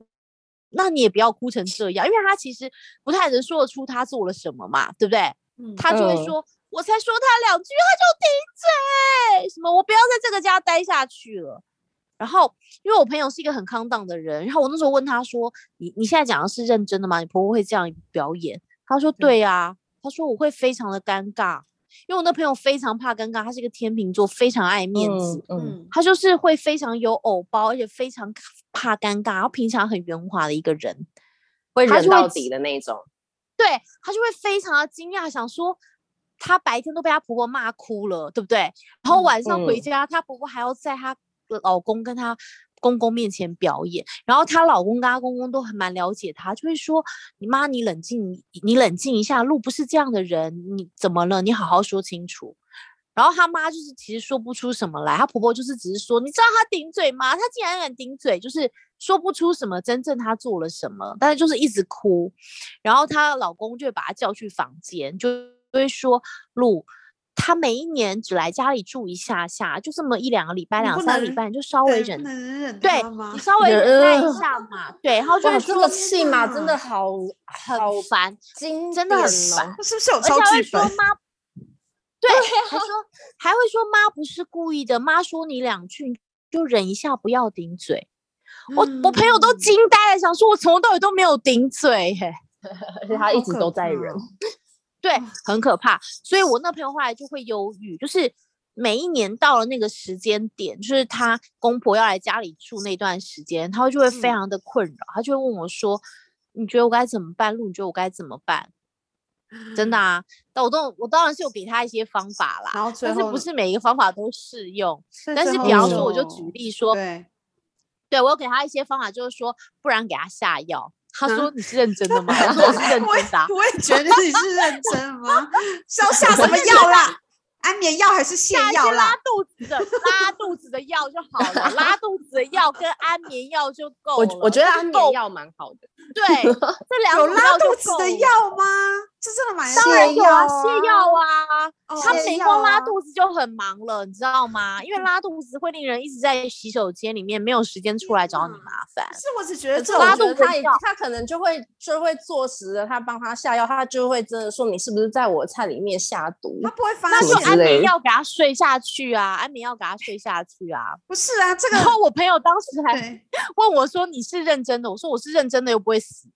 Speaker 2: 那你也不要哭成这样，因为她其实不太能说得出她做了什么嘛，对不对？
Speaker 1: 嗯
Speaker 2: 她就会
Speaker 3: 嗯
Speaker 2: 说，我才说她两句，她就顶嘴，什么我不要在这个家待下去了。然后，因为我朋友是一个很康荡的人，然后我那时候问她说：“你你现在讲的是认真的吗？你婆婆会这样表演？”她说：“
Speaker 1: 对
Speaker 2: 对啊。”她说：“我会非常的尴尬，因为我那朋友非常怕尴尬，她是一个天秤座，非常爱面子。
Speaker 3: 嗯嗯，
Speaker 1: 嗯
Speaker 2: 他就是会非常有偶包，而且非常卡怕尴尬，然后平常很圆滑的一个人。
Speaker 3: 会
Speaker 2: 他
Speaker 3: 忍
Speaker 2: 就会
Speaker 3: 到底的那种，
Speaker 2: 对他就会非常的惊讶，想说他白天都被他婆婆骂哭了，对不对？然后
Speaker 1: 嗯
Speaker 2: 晚上回
Speaker 3: 嗯
Speaker 2: 家，她婆婆还要在她老公跟她公公面前表演，然后她老公跟她公公都很蛮了解她，就会说：“你妈，你冷静，你你冷静一下，路不是这样的人，你怎么了？你好好说清楚。”然后她妈就是其实说不出什么来，她婆婆就是只是说，你知道她顶嘴吗？她竟然敢顶嘴，就是说不出什么真正她做了什么，但是就是一直哭。然后她老公就会把她叫去房间，就会说：“露，她每一年只来家里住一下下，就这么一两个礼拜、
Speaker 1: 你
Speaker 2: 两
Speaker 1: 不
Speaker 2: 三个礼
Speaker 1: 能
Speaker 2: 拜，你就稍
Speaker 1: 对
Speaker 2: 微
Speaker 1: 不
Speaker 2: 忍，
Speaker 1: 能忍
Speaker 2: 对
Speaker 1: 他吗
Speaker 2: 你？稍微忍耐
Speaker 3: 呃
Speaker 2: 一下 嘛。”对，然后就
Speaker 3: 哇，
Speaker 2: 会
Speaker 3: 这
Speaker 2: 说
Speaker 3: 个
Speaker 1: 天
Speaker 3: 戏码真
Speaker 1: 哪
Speaker 3: 的好
Speaker 2: 很
Speaker 3: 好
Speaker 2: 烦，
Speaker 3: 经
Speaker 2: 真的很
Speaker 3: 典哦
Speaker 2: 烦
Speaker 1: 那是不是有
Speaker 2: 而且
Speaker 1: 超
Speaker 2: 还会
Speaker 1: 剧
Speaker 2: 说
Speaker 1: 本？
Speaker 2: 妈，对，还说还会说妈不是故意的，妈说你两句你就忍一下，不要顶嘴。我我朋友都
Speaker 1: 嗯
Speaker 2: 惊呆了，想说我从头到尾都没有顶嘴耶、
Speaker 3: 嗯而 且他一
Speaker 1: 好
Speaker 3: 直
Speaker 1: 可
Speaker 3: 都在
Speaker 1: 怕
Speaker 3: 忍，
Speaker 1: 哦
Speaker 2: 对
Speaker 1: 哇，
Speaker 2: 很可怕。所以我那朋友后来就会忧郁，就是每一年到了那个时间点，就是她公婆要来家里住那段时间，她就会非
Speaker 1: 嗯
Speaker 2: 常的困扰，她就会问我说：“你觉得我该怎么办？路，你觉得我该怎么办？”真的啊，但我都我当然是有给她一些方法啦，
Speaker 1: 哦然后最
Speaker 2: 但是
Speaker 1: 后
Speaker 2: 不是每一个方法都适用。
Speaker 1: 所以
Speaker 2: 但
Speaker 1: 最
Speaker 2: 是
Speaker 1: 后哦
Speaker 2: 比方
Speaker 3: 就
Speaker 2: 说，我就举例说，
Speaker 1: 对，
Speaker 2: 对对我有给他一些方法，就是说，不然给他下药。他说
Speaker 1: 嗯
Speaker 2: 你是认 真的吗？我说我是认
Speaker 1: 我也
Speaker 2: 真的啊、
Speaker 1: 我也觉得你是认真吗？是要下什么药啦？安眠药还是泻
Speaker 2: 啊下一
Speaker 1: 药
Speaker 2: 些拉
Speaker 1: 啦？
Speaker 2: 肚子的拉肚子的药就好了， 拉肚子的药跟安眠药就够
Speaker 3: 我
Speaker 2: 了。
Speaker 3: 我觉得
Speaker 2: 这个
Speaker 3: 安
Speaker 2: 够
Speaker 3: 眠药蛮好的，
Speaker 2: 对这两
Speaker 1: 有
Speaker 2: 种
Speaker 1: 拉
Speaker 2: 药就
Speaker 1: 肚子
Speaker 2: 够
Speaker 1: 的
Speaker 2: 了
Speaker 1: 药吗？这真的蛮
Speaker 2: 当然有啊，
Speaker 1: 泻
Speaker 2: 泻药啊，
Speaker 1: 哦
Speaker 2: 他
Speaker 1: 泻
Speaker 2: 没
Speaker 1: 药
Speaker 2: 光拉
Speaker 1: 啊嗯
Speaker 2: 肚子就很忙了，你知道吗？因为拉肚子会令人一直在洗手间里面，没有时间出来找你
Speaker 1: 天
Speaker 2: 麻烦。
Speaker 1: 是我只觉得
Speaker 3: 可是
Speaker 1: 这
Speaker 3: 呃我
Speaker 1: 种
Speaker 2: 拉
Speaker 3: 觉得
Speaker 2: 肚子
Speaker 3: 他
Speaker 2: 的
Speaker 3: 也
Speaker 2: 药
Speaker 3: 他可能就会就会坐实了，他帮他下药，他就会真的说你是不是在我菜里面下毒？
Speaker 1: 他不会发
Speaker 2: 那
Speaker 3: 什
Speaker 1: 现
Speaker 2: 就
Speaker 3: 么之
Speaker 2: 安
Speaker 3: 类
Speaker 2: 眠
Speaker 3: 的
Speaker 2: 药给他睡下去啊，安眠药给他睡下去啊。
Speaker 1: 不是啊，这
Speaker 2: 然
Speaker 1: 个
Speaker 2: 后我朋友当时还
Speaker 1: 对
Speaker 2: 问我说：“你是认真的？”我说：“我是认真的，又不会死。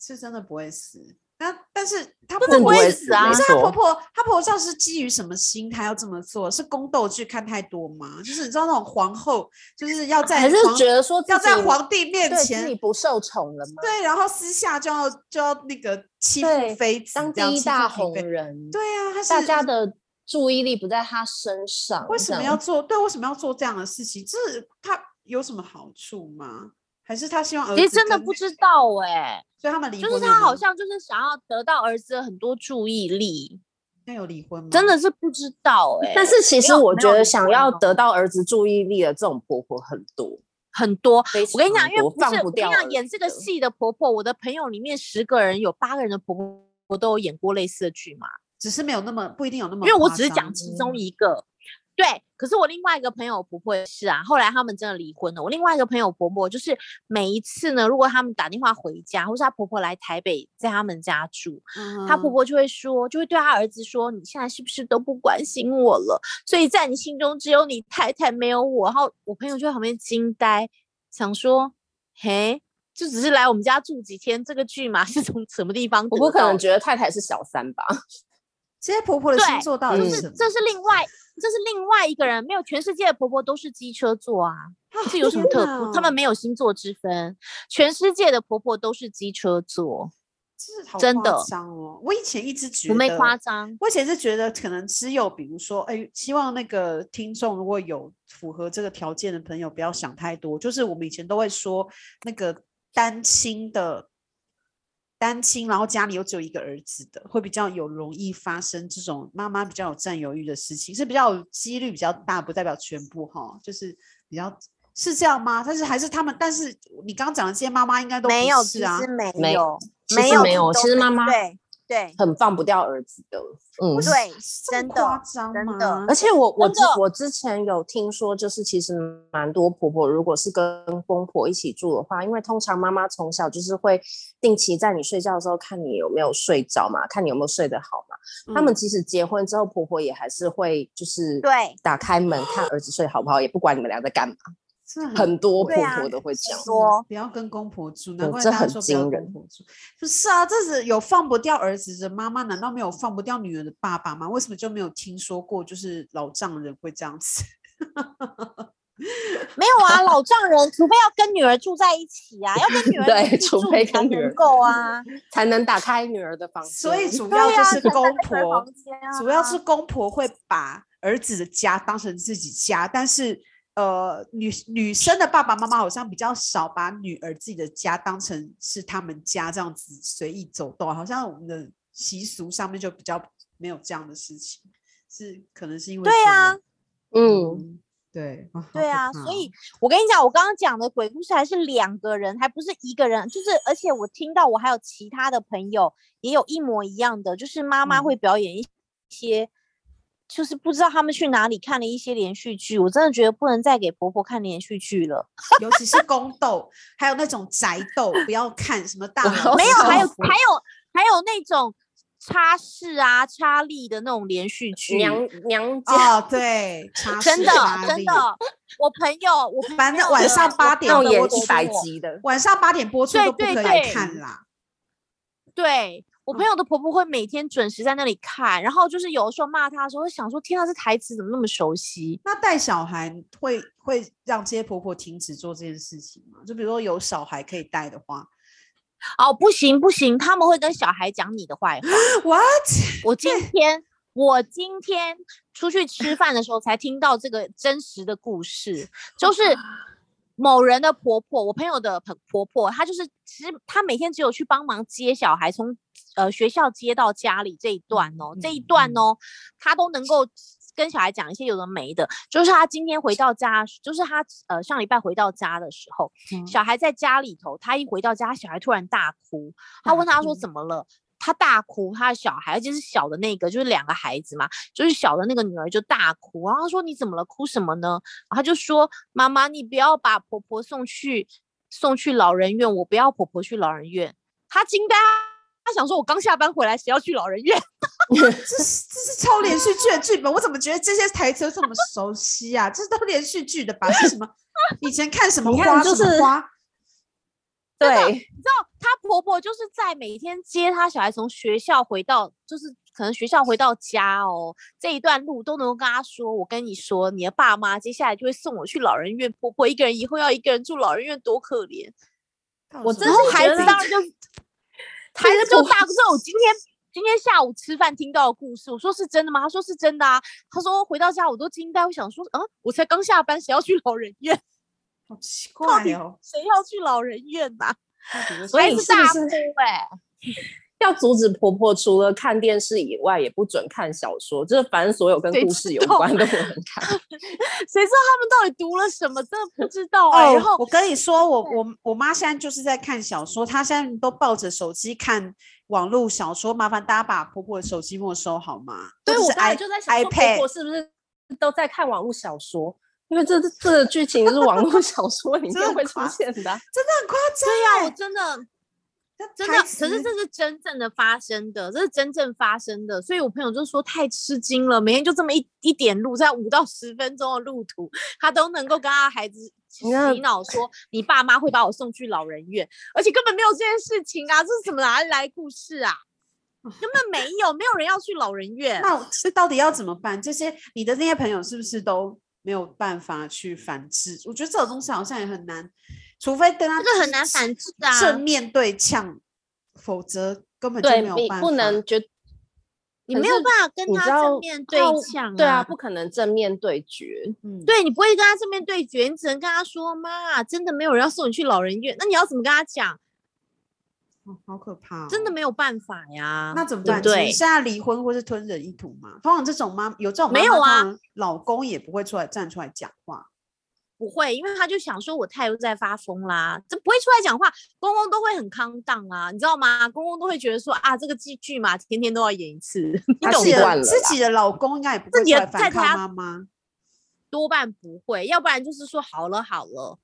Speaker 1: 是真的不会死。那但是她
Speaker 2: 真
Speaker 1: 婆
Speaker 2: 的不
Speaker 1: 婆
Speaker 2: 会
Speaker 1: 也
Speaker 2: 死啊
Speaker 1: 可
Speaker 3: 没
Speaker 1: 是她婆
Speaker 3: 错，
Speaker 1: 婆，她婆婆知道是基于什么心态要这么做？是宫斗剧看太多吗？就是你知道那种皇后，就是要在
Speaker 3: 还是
Speaker 1: 皇
Speaker 3: 觉得说自
Speaker 1: 要在
Speaker 3: 己
Speaker 1: 皇帝面
Speaker 3: 对
Speaker 1: 前
Speaker 3: 自己不受宠了吗？
Speaker 1: 对，然后私下就要就要那个欺负
Speaker 3: 对
Speaker 1: 妃子，
Speaker 3: 当
Speaker 1: 这样
Speaker 3: 第一
Speaker 1: 欺
Speaker 3: 大
Speaker 1: 负嫔
Speaker 3: 红
Speaker 1: 妃
Speaker 3: 人，
Speaker 1: 对啊，他是
Speaker 3: 大家的注意力不在他身上，
Speaker 1: 为什么
Speaker 3: 这
Speaker 1: 要
Speaker 3: 样
Speaker 1: 做？对，为什么要做这样的事情？这他有什么好处吗？还是他希望”儿
Speaker 2: 其
Speaker 1: 子
Speaker 2: 实真的
Speaker 1: 跟
Speaker 2: 不，知道哎、
Speaker 1: 所以他们离
Speaker 2: 就
Speaker 1: 婚
Speaker 2: 是
Speaker 1: 了
Speaker 2: 他好
Speaker 1: 吗
Speaker 2: 像就是想要得到儿子的很多注意力，
Speaker 1: 那有离婚吗？
Speaker 2: 真的是不知道哎、
Speaker 3: 但是其实
Speaker 2: 有
Speaker 3: 我
Speaker 2: 没
Speaker 3: 觉
Speaker 2: 有
Speaker 3: 得
Speaker 2: 离
Speaker 3: 想
Speaker 2: 婚
Speaker 3: 要
Speaker 2: 哦
Speaker 3: 得到儿子注意力的这种婆婆很多，
Speaker 2: 很多，我
Speaker 3: 我
Speaker 2: 跟你讲，因为不
Speaker 3: 放
Speaker 2: 是
Speaker 3: 不
Speaker 2: 我跟
Speaker 3: 掉
Speaker 2: 你
Speaker 3: 儿子的。
Speaker 2: 讲，演这个戏的婆婆，我的朋友里面十个人有八个人的婆婆都有演过类似的剧嘛，
Speaker 1: 只是没有那么不一定有那么
Speaker 2: 因
Speaker 1: 夸张，
Speaker 2: 为我只是讲其中
Speaker 3: 嗯
Speaker 2: 一个。对，可是我另外一个朋友婆婆也是啊，后来他们真的离婚了。我另外一个朋友婆婆就是每一次呢，如果他们打电话回家，或是她婆婆来台北，在他们家住，
Speaker 1: 嗯
Speaker 2: 她婆
Speaker 1: 哼
Speaker 2: 婆就会说，就会对她儿子说：“你现在是不是都不关心我了？所以在你心中只有你太太，没有我。”然后我朋友就在旁边惊呆，想说：“嘿，就只是来我们家住几天，这个剧嘛是从什么地方得到的？”
Speaker 3: 婆婆可能觉得太太是小三吧，
Speaker 1: 这些婆婆的
Speaker 2: 对
Speaker 1: 星座到底
Speaker 3: 就是
Speaker 2: 是
Speaker 1: 什么？
Speaker 2: 这是另外这是另外一个人，没有全世界的婆婆都是机车座啊，
Speaker 1: 哦
Speaker 2: 这有什么特
Speaker 1: 别？
Speaker 2: 别？他们没有星座之分，全世界的婆婆都是机车座，
Speaker 1: 真是好
Speaker 2: 真
Speaker 1: 夸
Speaker 2: 的
Speaker 1: 张哦！我以前一直觉
Speaker 2: 我没
Speaker 1: 得
Speaker 2: 夸张。
Speaker 1: 我以前是觉得可能只有比如说，哎，希望那个听众如果有符合这个条件的朋友，不要想太多。就是我们以前都会说，那个单亲的单亲，然后家里又只有一个儿子的，会比较有容易发生这种妈妈比较有占有欲的事情，是比较有几率比较大，不代表全部哈，就是比较。是这样吗？但是还是他们，但是你刚刚讲的这些妈妈应该都
Speaker 2: 没
Speaker 1: 不
Speaker 2: 有，
Speaker 1: 是
Speaker 2: 其
Speaker 1: 啊
Speaker 2: 实，没
Speaker 3: 没
Speaker 2: 有，
Speaker 3: 其
Speaker 2: 没
Speaker 3: 实
Speaker 2: 有
Speaker 3: 没有
Speaker 2: 都
Speaker 3: 其实妈妈
Speaker 2: 对对
Speaker 3: 很放不掉儿子的。嗯，
Speaker 2: 对，
Speaker 1: 这
Speaker 2: 真
Speaker 1: 么
Speaker 2: 的
Speaker 1: 夸张
Speaker 2: 真的
Speaker 1: 吗
Speaker 3: 而？且我我
Speaker 2: 真
Speaker 3: 之
Speaker 2: 的
Speaker 3: 我之前有听说，就是其实蛮多婆婆，如果是跟公婆一起住的话，因为通常妈妈从小就是会定期在你睡觉的时候看你有没有睡着嘛，看你有没有睡得好嘛。他
Speaker 1: 嗯
Speaker 3: 们即使结婚之后，婆婆也还是会就是
Speaker 2: 对
Speaker 3: 打开门看儿子睡好不好，也不管你们俩在干嘛。
Speaker 1: 这嗯很
Speaker 3: 很多
Speaker 2: 对
Speaker 3: 婆
Speaker 2: 啊
Speaker 3: 婆都会这样。
Speaker 2: 说
Speaker 1: 不要跟公婆住，难
Speaker 3: 嗯
Speaker 1: 怪
Speaker 3: 这
Speaker 1: 大家
Speaker 3: 很
Speaker 1: 说不要
Speaker 3: 惊
Speaker 1: 跟
Speaker 3: 人
Speaker 1: 公婆住。不是啊，这是有放不掉儿子的妈妈，难道没有放不掉女儿的爸爸吗？为什么就没有听说过就是老丈人会这样子？
Speaker 2: 没有啊，老丈人除非要跟女儿住在一起啊，要跟女儿
Speaker 3: 对
Speaker 2: 一起
Speaker 3: 除
Speaker 2: 住
Speaker 3: 非
Speaker 2: 才
Speaker 3: 跟女
Speaker 2: 能
Speaker 3: 儿
Speaker 2: 够啊，
Speaker 3: 才能打开女儿的房间。嗯
Speaker 1: 所以主
Speaker 2: 对
Speaker 1: 要就
Speaker 2: 啊
Speaker 1: 是
Speaker 2: 才在
Speaker 1: 公
Speaker 2: 那个
Speaker 1: 婆
Speaker 2: 房，间啊
Speaker 1: 主要是公婆会把儿子的家当成自己家，但是。呃，女女生的爸爸妈妈好像比较少把女儿自己的家当成是他们家这样子随意走动，好像我们的习俗上面就比较没有这样的事情，是可能是因为
Speaker 2: 对
Speaker 1: 这
Speaker 2: 啊
Speaker 1: 样，
Speaker 3: 嗯，，
Speaker 1: 对，啊好
Speaker 2: 对
Speaker 1: 可
Speaker 2: 啊，
Speaker 1: 怕
Speaker 2: 所以
Speaker 1: 哦
Speaker 2: 我跟你讲，我刚刚讲的鬼故事还是两个人，还不是一个人，就是而且我听到我还有其他的朋友也有一模一样的，就是妈妈
Speaker 1: 嗯
Speaker 2: 会表演一些，就是不知道他们去哪里看了一些连续剧，我真的觉得不能再给婆婆看连续剧了，
Speaker 1: 尤其是宫斗，还有那种宅斗，不要看什么大
Speaker 3: 我
Speaker 1: 老
Speaker 2: 没有，还有
Speaker 1: 少妇
Speaker 2: 还有还有那种插事啊、插力的那种连续剧，
Speaker 3: 娘娘家、
Speaker 1: 哦，对，插
Speaker 2: 真
Speaker 1: 翅
Speaker 2: 的
Speaker 1: 插
Speaker 2: 真
Speaker 1: 力
Speaker 2: 的，我朋友我朋
Speaker 1: 反正
Speaker 2: 友
Speaker 1: 晚
Speaker 2: 的
Speaker 3: 啊
Speaker 1: 上
Speaker 2: 我
Speaker 1: 八
Speaker 2: 朋
Speaker 1: 点
Speaker 3: 那种
Speaker 1: 的
Speaker 3: 演
Speaker 1: 我
Speaker 3: 一
Speaker 1: 都
Speaker 3: 百
Speaker 1: 说
Speaker 3: 集的，
Speaker 1: 晚上八点播出
Speaker 2: 对
Speaker 1: 都不
Speaker 2: 对
Speaker 1: 可以
Speaker 2: 对
Speaker 1: 看啦。
Speaker 2: 对我朋友的婆婆会每天准时在那里看，然后就是有的时候骂她的时候，会想说：天啊，这台词怎么那么熟悉？
Speaker 1: 那带小孩会会让这些婆婆停止做这件事情吗？就比如说有小孩可以带的话
Speaker 2: 哦，不行不行，他们会跟小孩讲你的坏话。
Speaker 1: ，what？
Speaker 2: 我今天我今天出去吃饭的时候才听到这个真实的故事，就是某人的婆婆，我朋友的婆婆婆，她就是其实她每天只有去帮忙接小孩，从呃学校接到家里这一段哦，这一段哦，她都能够跟小孩讲一些有的没的。就是她今天回到家，就是她呃上礼拜回到家的时候，
Speaker 1: 嗯
Speaker 2: 小孩在家里头，她一回到家，小孩突然大哭，她问她说怎么了？她大哭，她的小孩，而且是小的那个，就是两个孩子嘛，就是小的那个女儿就大哭，然后她说你怎么了？哭什么呢？然后她就说妈妈，你不要把婆婆送去送去老人院，我不要婆婆去老人院。她惊呆，她想说我刚下班回来，谁要去老人院？
Speaker 1: 这是这是超连续剧的剧本，我怎么觉得这些台词都这么熟悉啊？这都连续剧的吧？是什么？以前看什么
Speaker 3: 你看
Speaker 1: 花？
Speaker 3: 就
Speaker 1: 什么
Speaker 3: 是
Speaker 1: 花？
Speaker 3: 对，
Speaker 2: 你知道她婆婆就是在每天接她小孩从学校回到，就是可能学校回到家哦，这一段路都能够跟她说，我跟你说，你的爸妈接下来就会送我去老人院，婆婆一个人以后要一个人住老人院，多可怜。
Speaker 3: 我
Speaker 1: 真
Speaker 3: 真
Speaker 2: 然后
Speaker 3: 哦是
Speaker 2: 孩
Speaker 3: 觉
Speaker 2: 子
Speaker 3: 得
Speaker 2: 当然就孩
Speaker 3: 是
Speaker 2: 子就
Speaker 3: 不
Speaker 2: 大哭。这是我今天今天下午吃饭听到的故事，我说是真的吗？他说是真的啊。他说回到家我都惊呆，我想说，啊，我才刚下班，谁要去老人院？
Speaker 1: 好奇怪哦，
Speaker 2: 谁要去老人院呐、
Speaker 1: 到底为什
Speaker 3: 所
Speaker 1: 么
Speaker 2: 孩
Speaker 3: 以
Speaker 2: 子
Speaker 3: 是不
Speaker 2: 大哭
Speaker 3: 是
Speaker 2: 哎、
Speaker 3: 要阻止婆婆除了看电视以外，也不准看小说，就是反正所有跟
Speaker 2: 谁
Speaker 3: 故
Speaker 2: 知
Speaker 3: 事有
Speaker 2: 道
Speaker 3: 关的不能看。
Speaker 2: 谁知道他们到底读了什么？真的不知道哎、
Speaker 1: 哦，
Speaker 2: 然后
Speaker 1: 我跟你说，我我我妈现在就是在看小说，她现在都抱着手机看网络小说。麻烦大家把婆婆的手机没收好吗？
Speaker 3: 对，
Speaker 1: 或者
Speaker 3: 我
Speaker 1: 是哎 i-
Speaker 3: 刚才就在想说，
Speaker 1: iPad
Speaker 3: 婆婆是不是都在看网络小说？因为这这个剧情是网络小说里
Speaker 1: 真的
Speaker 3: 面会出
Speaker 1: 夸
Speaker 3: 现的啊。
Speaker 1: 真的很夸张
Speaker 2: 对呀、
Speaker 1: 欸
Speaker 2: 我真的。
Speaker 1: 那
Speaker 2: 真
Speaker 1: 台
Speaker 2: 的，可是
Speaker 1: 词
Speaker 2: 这是真正的发生的，这是真正发生的，所以我朋友就说太吃惊了，每天就这么一一点路，在五到十分钟的路途，他都能够跟他孩子洗
Speaker 3: 那
Speaker 2: 脑说，你爸妈会把我送去老人院，而且根本没有这件事情啊，这是什么哪里来的故事啊？根本没有，没有人要去老人院。
Speaker 1: 那我这到底要怎么办？这些你的那些朋友是不是都没有办法去反制？我觉得这种东西好像也很难，除非跟他
Speaker 2: 这个
Speaker 1: 就
Speaker 2: 很
Speaker 1: 是
Speaker 2: 难反制啊，
Speaker 1: 正面对呛，否则根本就
Speaker 3: 对，
Speaker 1: 没有
Speaker 3: 你
Speaker 1: 办法。
Speaker 3: 不能觉
Speaker 2: 你
Speaker 3: 可
Speaker 2: 没有
Speaker 3: 是
Speaker 2: 办法跟
Speaker 3: 你
Speaker 2: 他
Speaker 3: 知道
Speaker 2: 正面对
Speaker 3: 靠
Speaker 2: 呛、
Speaker 3: 对啊，不可能正面对决。
Speaker 1: 嗯，
Speaker 2: 对你不会跟他正面对决，你只能跟他说：“妈，真的没有人要送你去老人院。”那你要怎么跟他讲？
Speaker 1: 哦，好可怕、
Speaker 2: 真的。没有办法呀。
Speaker 1: 那怎么
Speaker 2: 啊对
Speaker 1: 办？
Speaker 2: 不
Speaker 1: 只
Speaker 2: 对
Speaker 1: 是？现在离婚或是吞人一吐嘛？通常这种妈有这种妈妈
Speaker 2: 没有啊，
Speaker 1: 通常老公也不会出来站出来讲话。
Speaker 2: 不会，因为他就想说我太又在发疯啦，这不会出来讲话。公公都会很康荡啊，你知道吗？公公都会觉得说啊，这个剧剧嘛，天天都要演一次， 你
Speaker 3: 他
Speaker 2: 懂
Speaker 1: 自己
Speaker 3: 习惯
Speaker 1: 的
Speaker 3: 了
Speaker 1: 自
Speaker 3: 啦
Speaker 1: 己的老公应该也不
Speaker 2: 自
Speaker 1: 会
Speaker 2: 己
Speaker 1: 出
Speaker 2: 的
Speaker 1: 来
Speaker 2: 在
Speaker 1: 反
Speaker 2: 他
Speaker 1: 抗妈妈，
Speaker 2: 多半不会，要不然就是说好了好了，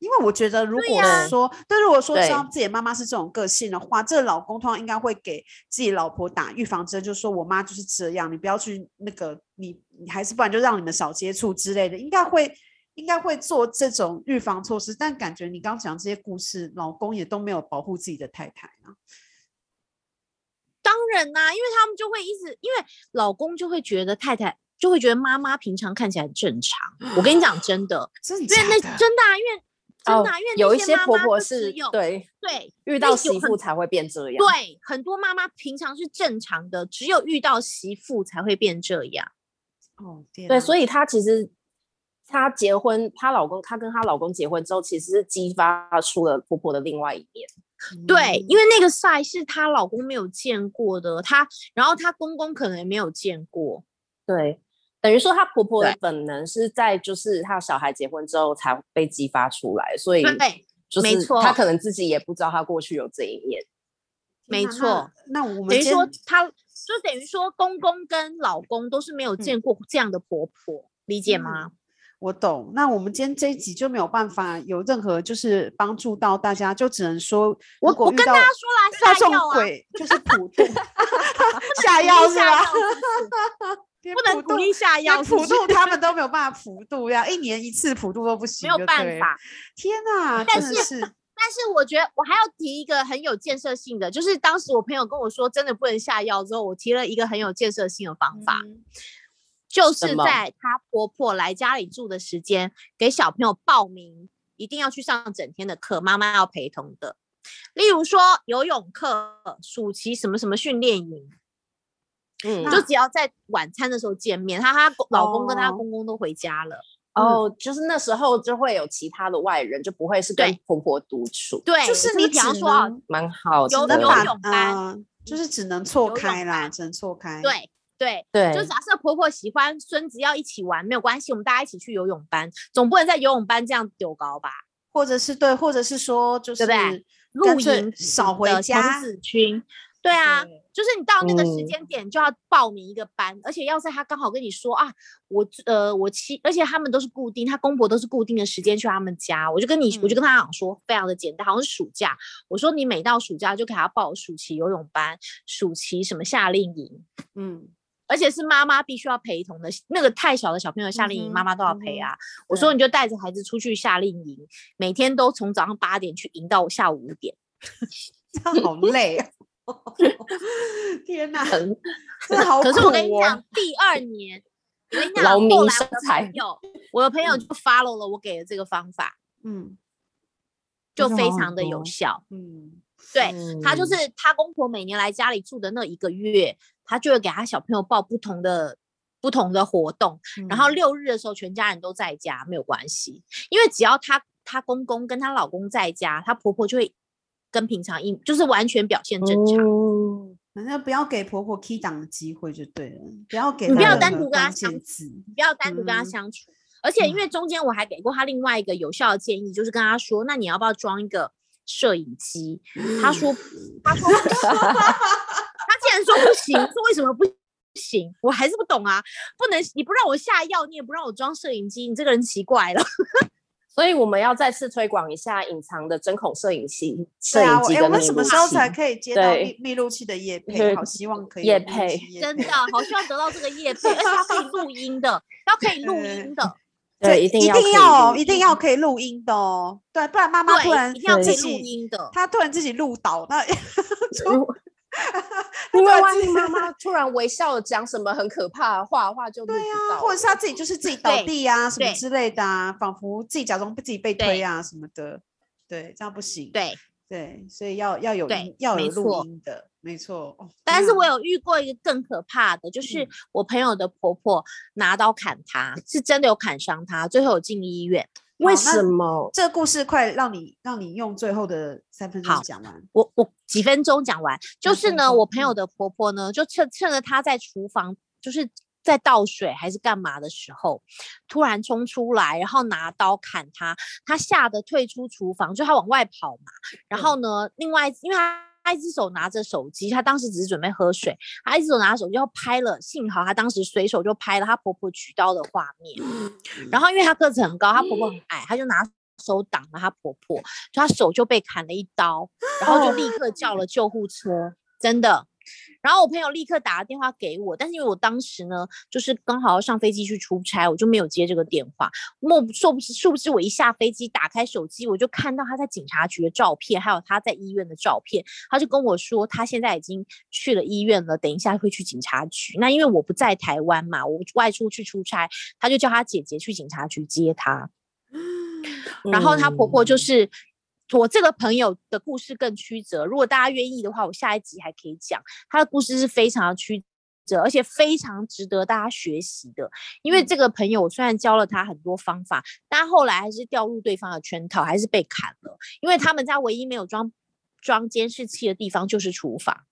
Speaker 1: 因为我觉得，如
Speaker 2: 对
Speaker 1: 果
Speaker 3: 呀
Speaker 1: 说，对，如果说知道
Speaker 3: 对
Speaker 1: 自己的妈妈是这种个性的话，这个老公通常应该会给自己老婆打预防针，就说我妈就是这样，你不要去那个，你你还是不然就让你们少接触之类的，应该会应该会做这种预防措施。但感觉你刚讲这些故事，老公也都没有保护自己的太太啊，
Speaker 2: 当然啦、因为他们就会一直，因为老公就会觉得太太就会觉得妈妈平常看起来很正常。我跟你讲，真的，
Speaker 1: 真的哦
Speaker 2: 对，
Speaker 1: 假
Speaker 2: 那
Speaker 1: 的？
Speaker 2: 真的啊，因为真的啊、因为那
Speaker 3: 有一
Speaker 2: 些
Speaker 3: 些
Speaker 2: 妈
Speaker 3: 婆
Speaker 2: 妈
Speaker 3: 婆
Speaker 2: 就只
Speaker 3: 是
Speaker 2: 有
Speaker 3: 对
Speaker 2: 对
Speaker 3: 遇
Speaker 2: 那
Speaker 3: 到
Speaker 2: 有
Speaker 3: 媳妇
Speaker 2: 很
Speaker 3: 才会变这样。
Speaker 2: 对，很多妈妈平常是正常的，只有遇到媳妇才会变这样。
Speaker 1: 哦，天
Speaker 3: 对，
Speaker 1: 啊
Speaker 3: 所以她其实她结婚，她老公她跟她老公结婚之后，其实是激发出了婆婆的另外一面。
Speaker 2: 对，
Speaker 1: 嗯
Speaker 2: 因为那个赛是她老公没有见过的，她然后她公公可能也没有见过。
Speaker 3: 对，等于说她婆婆的
Speaker 2: 对
Speaker 3: 本能是在就是她小孩结婚之后才被激发出来，所以
Speaker 2: 对，
Speaker 3: 就
Speaker 2: 没
Speaker 3: 是她
Speaker 2: 错
Speaker 3: 可能自己也不知道她过去有这一面。
Speaker 2: 没
Speaker 1: 天啊
Speaker 2: 错
Speaker 1: 那。那我们
Speaker 2: 等于
Speaker 1: 今
Speaker 2: 说
Speaker 1: 天
Speaker 2: 她就等于说公公跟老公都是没有见
Speaker 1: 嗯
Speaker 2: 过这样的婆婆，理解吗？
Speaker 1: 我懂，那我们今天这一集就没有办法有任何就是帮助到大家，就只能说，
Speaker 2: 我
Speaker 1: 如果
Speaker 2: 我
Speaker 1: 遇
Speaker 2: 跟
Speaker 1: 到
Speaker 2: 大家说啦，
Speaker 1: 那
Speaker 2: 下
Speaker 1: 种
Speaker 2: 药啊，
Speaker 1: 鬼就是普 渡下
Speaker 2: 鼓
Speaker 1: 药
Speaker 2: 励
Speaker 1: 是
Speaker 2: 下
Speaker 1: 吧
Speaker 2: 药？是不是
Speaker 1: 连
Speaker 2: 不能
Speaker 1: 普
Speaker 2: 鼓
Speaker 1: 渡
Speaker 2: 励下
Speaker 1: 连
Speaker 2: 药是不
Speaker 1: 普
Speaker 2: 是，
Speaker 1: 渡 他们都没有办法普渡呀，一年一次普渡都不行，
Speaker 2: 没有办法。。
Speaker 1: 天哪，
Speaker 2: 但
Speaker 1: 真的是
Speaker 2: 但是我觉得我还要提一个很有建设性的，就是当时我朋友跟我说真的不能下药之后，我提了一个很有建设性的方法，
Speaker 1: 嗯
Speaker 2: 就是
Speaker 3: 什么
Speaker 2: 在她婆婆来家里住的时间，给小朋友报名一定要去上整天的课，妈妈要陪同的。例如说游泳课、暑期什么什么训练营，
Speaker 3: 嗯，
Speaker 2: 就只要在晚餐的时候见面。她她老公跟她
Speaker 1: 哦
Speaker 2: 公公都回家了，
Speaker 3: 哦，就是那时候就会有其他的外人，就不会是跟
Speaker 2: 对
Speaker 3: 婆婆独处，
Speaker 2: 对，
Speaker 1: 就是
Speaker 2: 你
Speaker 1: 你
Speaker 2: 比
Speaker 1: 只
Speaker 2: 方说啊，
Speaker 1: 能
Speaker 3: 蛮好的。
Speaker 2: 有
Speaker 1: 能
Speaker 2: 游
Speaker 1: 把
Speaker 2: 泳班嗯
Speaker 1: 啊，就是只能错
Speaker 2: 游泳
Speaker 1: 开啦，
Speaker 2: 班
Speaker 1: 只能错开。，
Speaker 2: 对对，
Speaker 3: 对，
Speaker 2: 就假设婆婆喜欢孙子要一起玩，没有关系，我们大家一起去游泳班，总不能在游泳班这样丢高吧？
Speaker 1: 或者是对，或者是说就是
Speaker 2: 对不对
Speaker 1: 干
Speaker 2: 露
Speaker 1: 脆
Speaker 2: 营
Speaker 1: 少
Speaker 2: 组
Speaker 1: 回
Speaker 2: 的
Speaker 1: 家
Speaker 2: 童子军，对啊，
Speaker 3: 对
Speaker 2: 就是你到那个时
Speaker 3: 嗯
Speaker 2: 间点就要报名一个班，而且要是他刚好跟你说啊，我最呃我妻，而且他们都是固定，他公婆都是固定的时间去他们家，我就跟你、我就
Speaker 1: 嗯
Speaker 2: 跟他讲说，非常的简单，好像是暑假，我说你每到暑假就给他报暑期游泳班、暑期什么夏令营，
Speaker 1: 嗯，
Speaker 2: 而且是妈妈必须要陪同的，那个太小的小朋友夏令营，
Speaker 1: 嗯哼
Speaker 2: 妈妈都要
Speaker 1: 嗯
Speaker 2: 陪
Speaker 1: 哼
Speaker 2: 啊。我说你就带着孩子出去夏令营，每天都从早上八点去营到下午五点，
Speaker 1: 这样好累 哦。天哪，
Speaker 3: 很
Speaker 1: 真的好苦
Speaker 2: 可是我跟你
Speaker 1: 哦
Speaker 2: 讲，第二年，我跟你讲，
Speaker 3: 劳
Speaker 2: 后
Speaker 3: 民
Speaker 2: 来我的
Speaker 3: 伤财
Speaker 2: 朋友，我的朋友就 follow 了我给的这个方法，
Speaker 1: 嗯
Speaker 2: 就
Speaker 1: 真的
Speaker 2: 非
Speaker 1: 好很
Speaker 2: 常的有
Speaker 1: 多
Speaker 2: 效。
Speaker 1: 嗯
Speaker 2: 对他就
Speaker 3: 嗯
Speaker 2: 是他公婆每年来家里住的那一个月，他就会给他小朋友报不同的不同的活动，然后
Speaker 1: 嗯
Speaker 2: 六日的时候全家人都在家没有关系，因为只要她她公公跟她老公在家，她婆婆就会跟平常一就是完全表现正
Speaker 1: 哦
Speaker 2: 常。
Speaker 3: 嗯
Speaker 1: 反正不要给婆婆 key 档的机会就对了，不要给
Speaker 3: 你
Speaker 1: 她
Speaker 3: 不要
Speaker 1: 任
Speaker 2: 单
Speaker 1: 何
Speaker 2: 独跟
Speaker 1: 关
Speaker 2: 她
Speaker 1: 键
Speaker 2: 相
Speaker 1: 字
Speaker 2: 你不要单独跟他
Speaker 1: 嗯
Speaker 2: 相处。而且因
Speaker 1: 嗯
Speaker 2: 为中间我还给过他另外一个有效的建议，就是跟他说，那你要不要装一个摄影机？他说，
Speaker 1: 嗯
Speaker 2: 他 说不行，他竟然说不行，说为什么不行？我还是不懂啊，不能，你不让我下药，你也不让我装摄影机，你这个人奇怪了。
Speaker 3: 所以我们要再次推广一下隐藏的针孔摄影机，摄
Speaker 1: 对啊，
Speaker 3: 影
Speaker 1: 我
Speaker 3: 机
Speaker 1: 哎、
Speaker 3: 的
Speaker 1: 我
Speaker 3: 密
Speaker 1: 们什
Speaker 3: 录
Speaker 1: 么时候
Speaker 3: 器。
Speaker 1: 才可以接到
Speaker 3: 对
Speaker 1: 密密录器的业配？
Speaker 3: 对
Speaker 1: 好希望可以
Speaker 3: 业
Speaker 1: 有密录
Speaker 3: 配
Speaker 1: 器业
Speaker 2: 真的，好希望得到这个业配，而且它可以录音的，要可以录
Speaker 1: 嗯
Speaker 2: 音的，
Speaker 1: 这
Speaker 3: 对，一定要
Speaker 1: 一
Speaker 3: 可
Speaker 1: 定
Speaker 3: 以
Speaker 1: 要哦，
Speaker 3: 录
Speaker 1: 一定要可以录音的哦，对，不然妈妈突然
Speaker 2: 对，一定要可
Speaker 1: 自
Speaker 2: 以录
Speaker 1: 己，
Speaker 2: 音的。
Speaker 1: 她突然自己录倒，那
Speaker 3: 如果因为
Speaker 1: 然
Speaker 3: 万
Speaker 1: 自
Speaker 3: 一妈妈突然微笑地讲什么很可怕的话的话，就录
Speaker 1: 对
Speaker 3: 不
Speaker 1: 啊，
Speaker 3: 到
Speaker 1: 或者是她自己就是自己倒
Speaker 2: 对
Speaker 1: 地啊什么
Speaker 2: 对
Speaker 1: 之类的啊，仿佛自己假装自己被推
Speaker 2: 对
Speaker 1: 啊什么的，对，这样不行，
Speaker 2: 对，
Speaker 1: 对，所以要要有
Speaker 2: 对
Speaker 1: 音要有
Speaker 2: 没
Speaker 1: 录
Speaker 2: 错
Speaker 1: 音的，没错。哦
Speaker 2: 但
Speaker 1: 天
Speaker 2: 是
Speaker 1: 哪
Speaker 2: 我有遇过一个更可怕的，就是
Speaker 1: 嗯
Speaker 2: 我朋友的婆婆拿刀砍她，是真的有砍伤她，最后有进医院。
Speaker 3: 为
Speaker 1: 好那
Speaker 3: 什么？
Speaker 1: 这个故事快让你让你用最后的三分钟
Speaker 2: 好
Speaker 1: 讲完，
Speaker 2: 我我几分钟讲完，就
Speaker 1: 两
Speaker 2: 是
Speaker 1: 分
Speaker 2: 呢，
Speaker 1: 钟嗯
Speaker 2: 我朋友的婆婆呢，就趁趁着她在厨房，就是在倒水还是干嘛的时候，突然冲出来，然后拿刀砍她，她吓得退出厨房，就她往外跑嘛。然
Speaker 3: 嗯
Speaker 2: 后呢，另外因为她。她一只手拿着手机，她当时只是准备喝水，她一只手拿着手机要拍了，幸好她当时随手就拍了她婆婆举刀的画面。
Speaker 1: 嗯
Speaker 2: 然后因为她个子很高，她婆婆很矮，她就拿手挡了她婆婆，就她手就被砍了一刀，然后就立刻叫了救护车，真的。然后我朋友立刻打了电话给我，但是因为我当时呢，就是刚好要上飞机去出差，我就没有接这个电话。莫不殊不知，殊不知我一下飞机打开手机，我就看到他在警察局的照片，还有他在医院的照片。他就跟我说，他现在已经去了医院了，等一下会去警察局。那因为我不在台湾嘛，我外出去出差，他就叫他姐姐去警察局接他。然后她婆婆就
Speaker 3: 嗯
Speaker 2: 是、我这个朋友的故事更曲折，如果大家愿意的话，我下一集还可以讲。她的故事是非常的曲折，而且非常值得大家学习的。因为
Speaker 1: 嗯
Speaker 2: 这个朋友，我虽然教了她很多方法，但后来还是掉入对方的圈套，还是被砍了。因为他们家唯一没有装装监视器的地方就是厨房。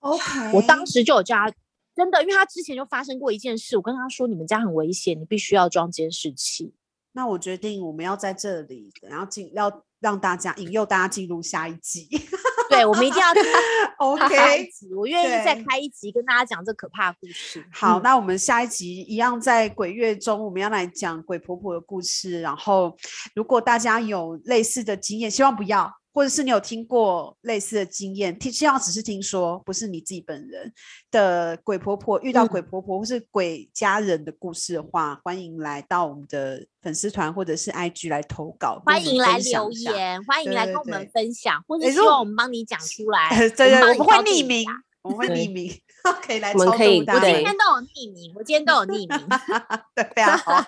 Speaker 1: OK，
Speaker 2: 我当时就有叫他，真的，因为他之前就发生过一件事，我跟他说你们家很危险，你必须要装监视器。
Speaker 1: 那我决定我们要在这里，然后进要让大家引诱大家进入下一集。
Speaker 2: 对，我们一定要 开一
Speaker 1: OK，
Speaker 2: 集，我愿意再
Speaker 1: 对
Speaker 2: 开一集跟大家讲这可怕的故事。
Speaker 1: 好，
Speaker 2: 嗯，
Speaker 1: 那我们下一集一样在鬼月中，我们要来讲鬼婆婆的故事。然后，如果大家有类似的经验，希望不要，或者是你有听过类似的经验，听希望只是听说，不是你自己本人的鬼婆婆遇到
Speaker 2: 嗯
Speaker 1: 鬼婆婆或是鬼家人的故事的话，欢迎来到我们的粉丝团或者是 IG 来投稿，跟我
Speaker 2: 欢
Speaker 1: 们
Speaker 2: 迎来
Speaker 1: 分享
Speaker 2: 留
Speaker 1: 一下。
Speaker 2: 言，欢迎
Speaker 1: 对
Speaker 2: 来
Speaker 1: 对
Speaker 2: 跟我
Speaker 1: 对
Speaker 2: 们分享，或
Speaker 1: 诶
Speaker 2: 是希
Speaker 1: 如果
Speaker 2: 望我们帮你讲出来。
Speaker 1: 对对，我
Speaker 2: 帮
Speaker 1: 们会
Speaker 2: 你挑自己
Speaker 1: 匿名
Speaker 2: 家，
Speaker 1: 我们会
Speaker 3: 对
Speaker 1: 匿名， 可以来
Speaker 3: 我
Speaker 1: 超
Speaker 3: 们可以
Speaker 1: 度大
Speaker 2: 我
Speaker 1: 家
Speaker 3: 对。
Speaker 2: 今天都有匿名，我今天都有 匿名。
Speaker 1: 对，非常好。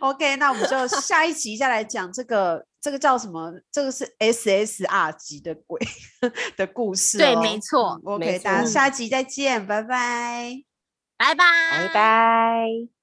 Speaker 1: OK，那我们就下一集再来讲这个，这个叫什么？这个是 SSR 级的鬼 的故事、哦。
Speaker 2: 对没错
Speaker 1: 嗯 OK，
Speaker 3: 没
Speaker 1: 大家
Speaker 3: 错
Speaker 1: 下集再见，拜拜。
Speaker 2: 拜拜，
Speaker 3: 拜。拜。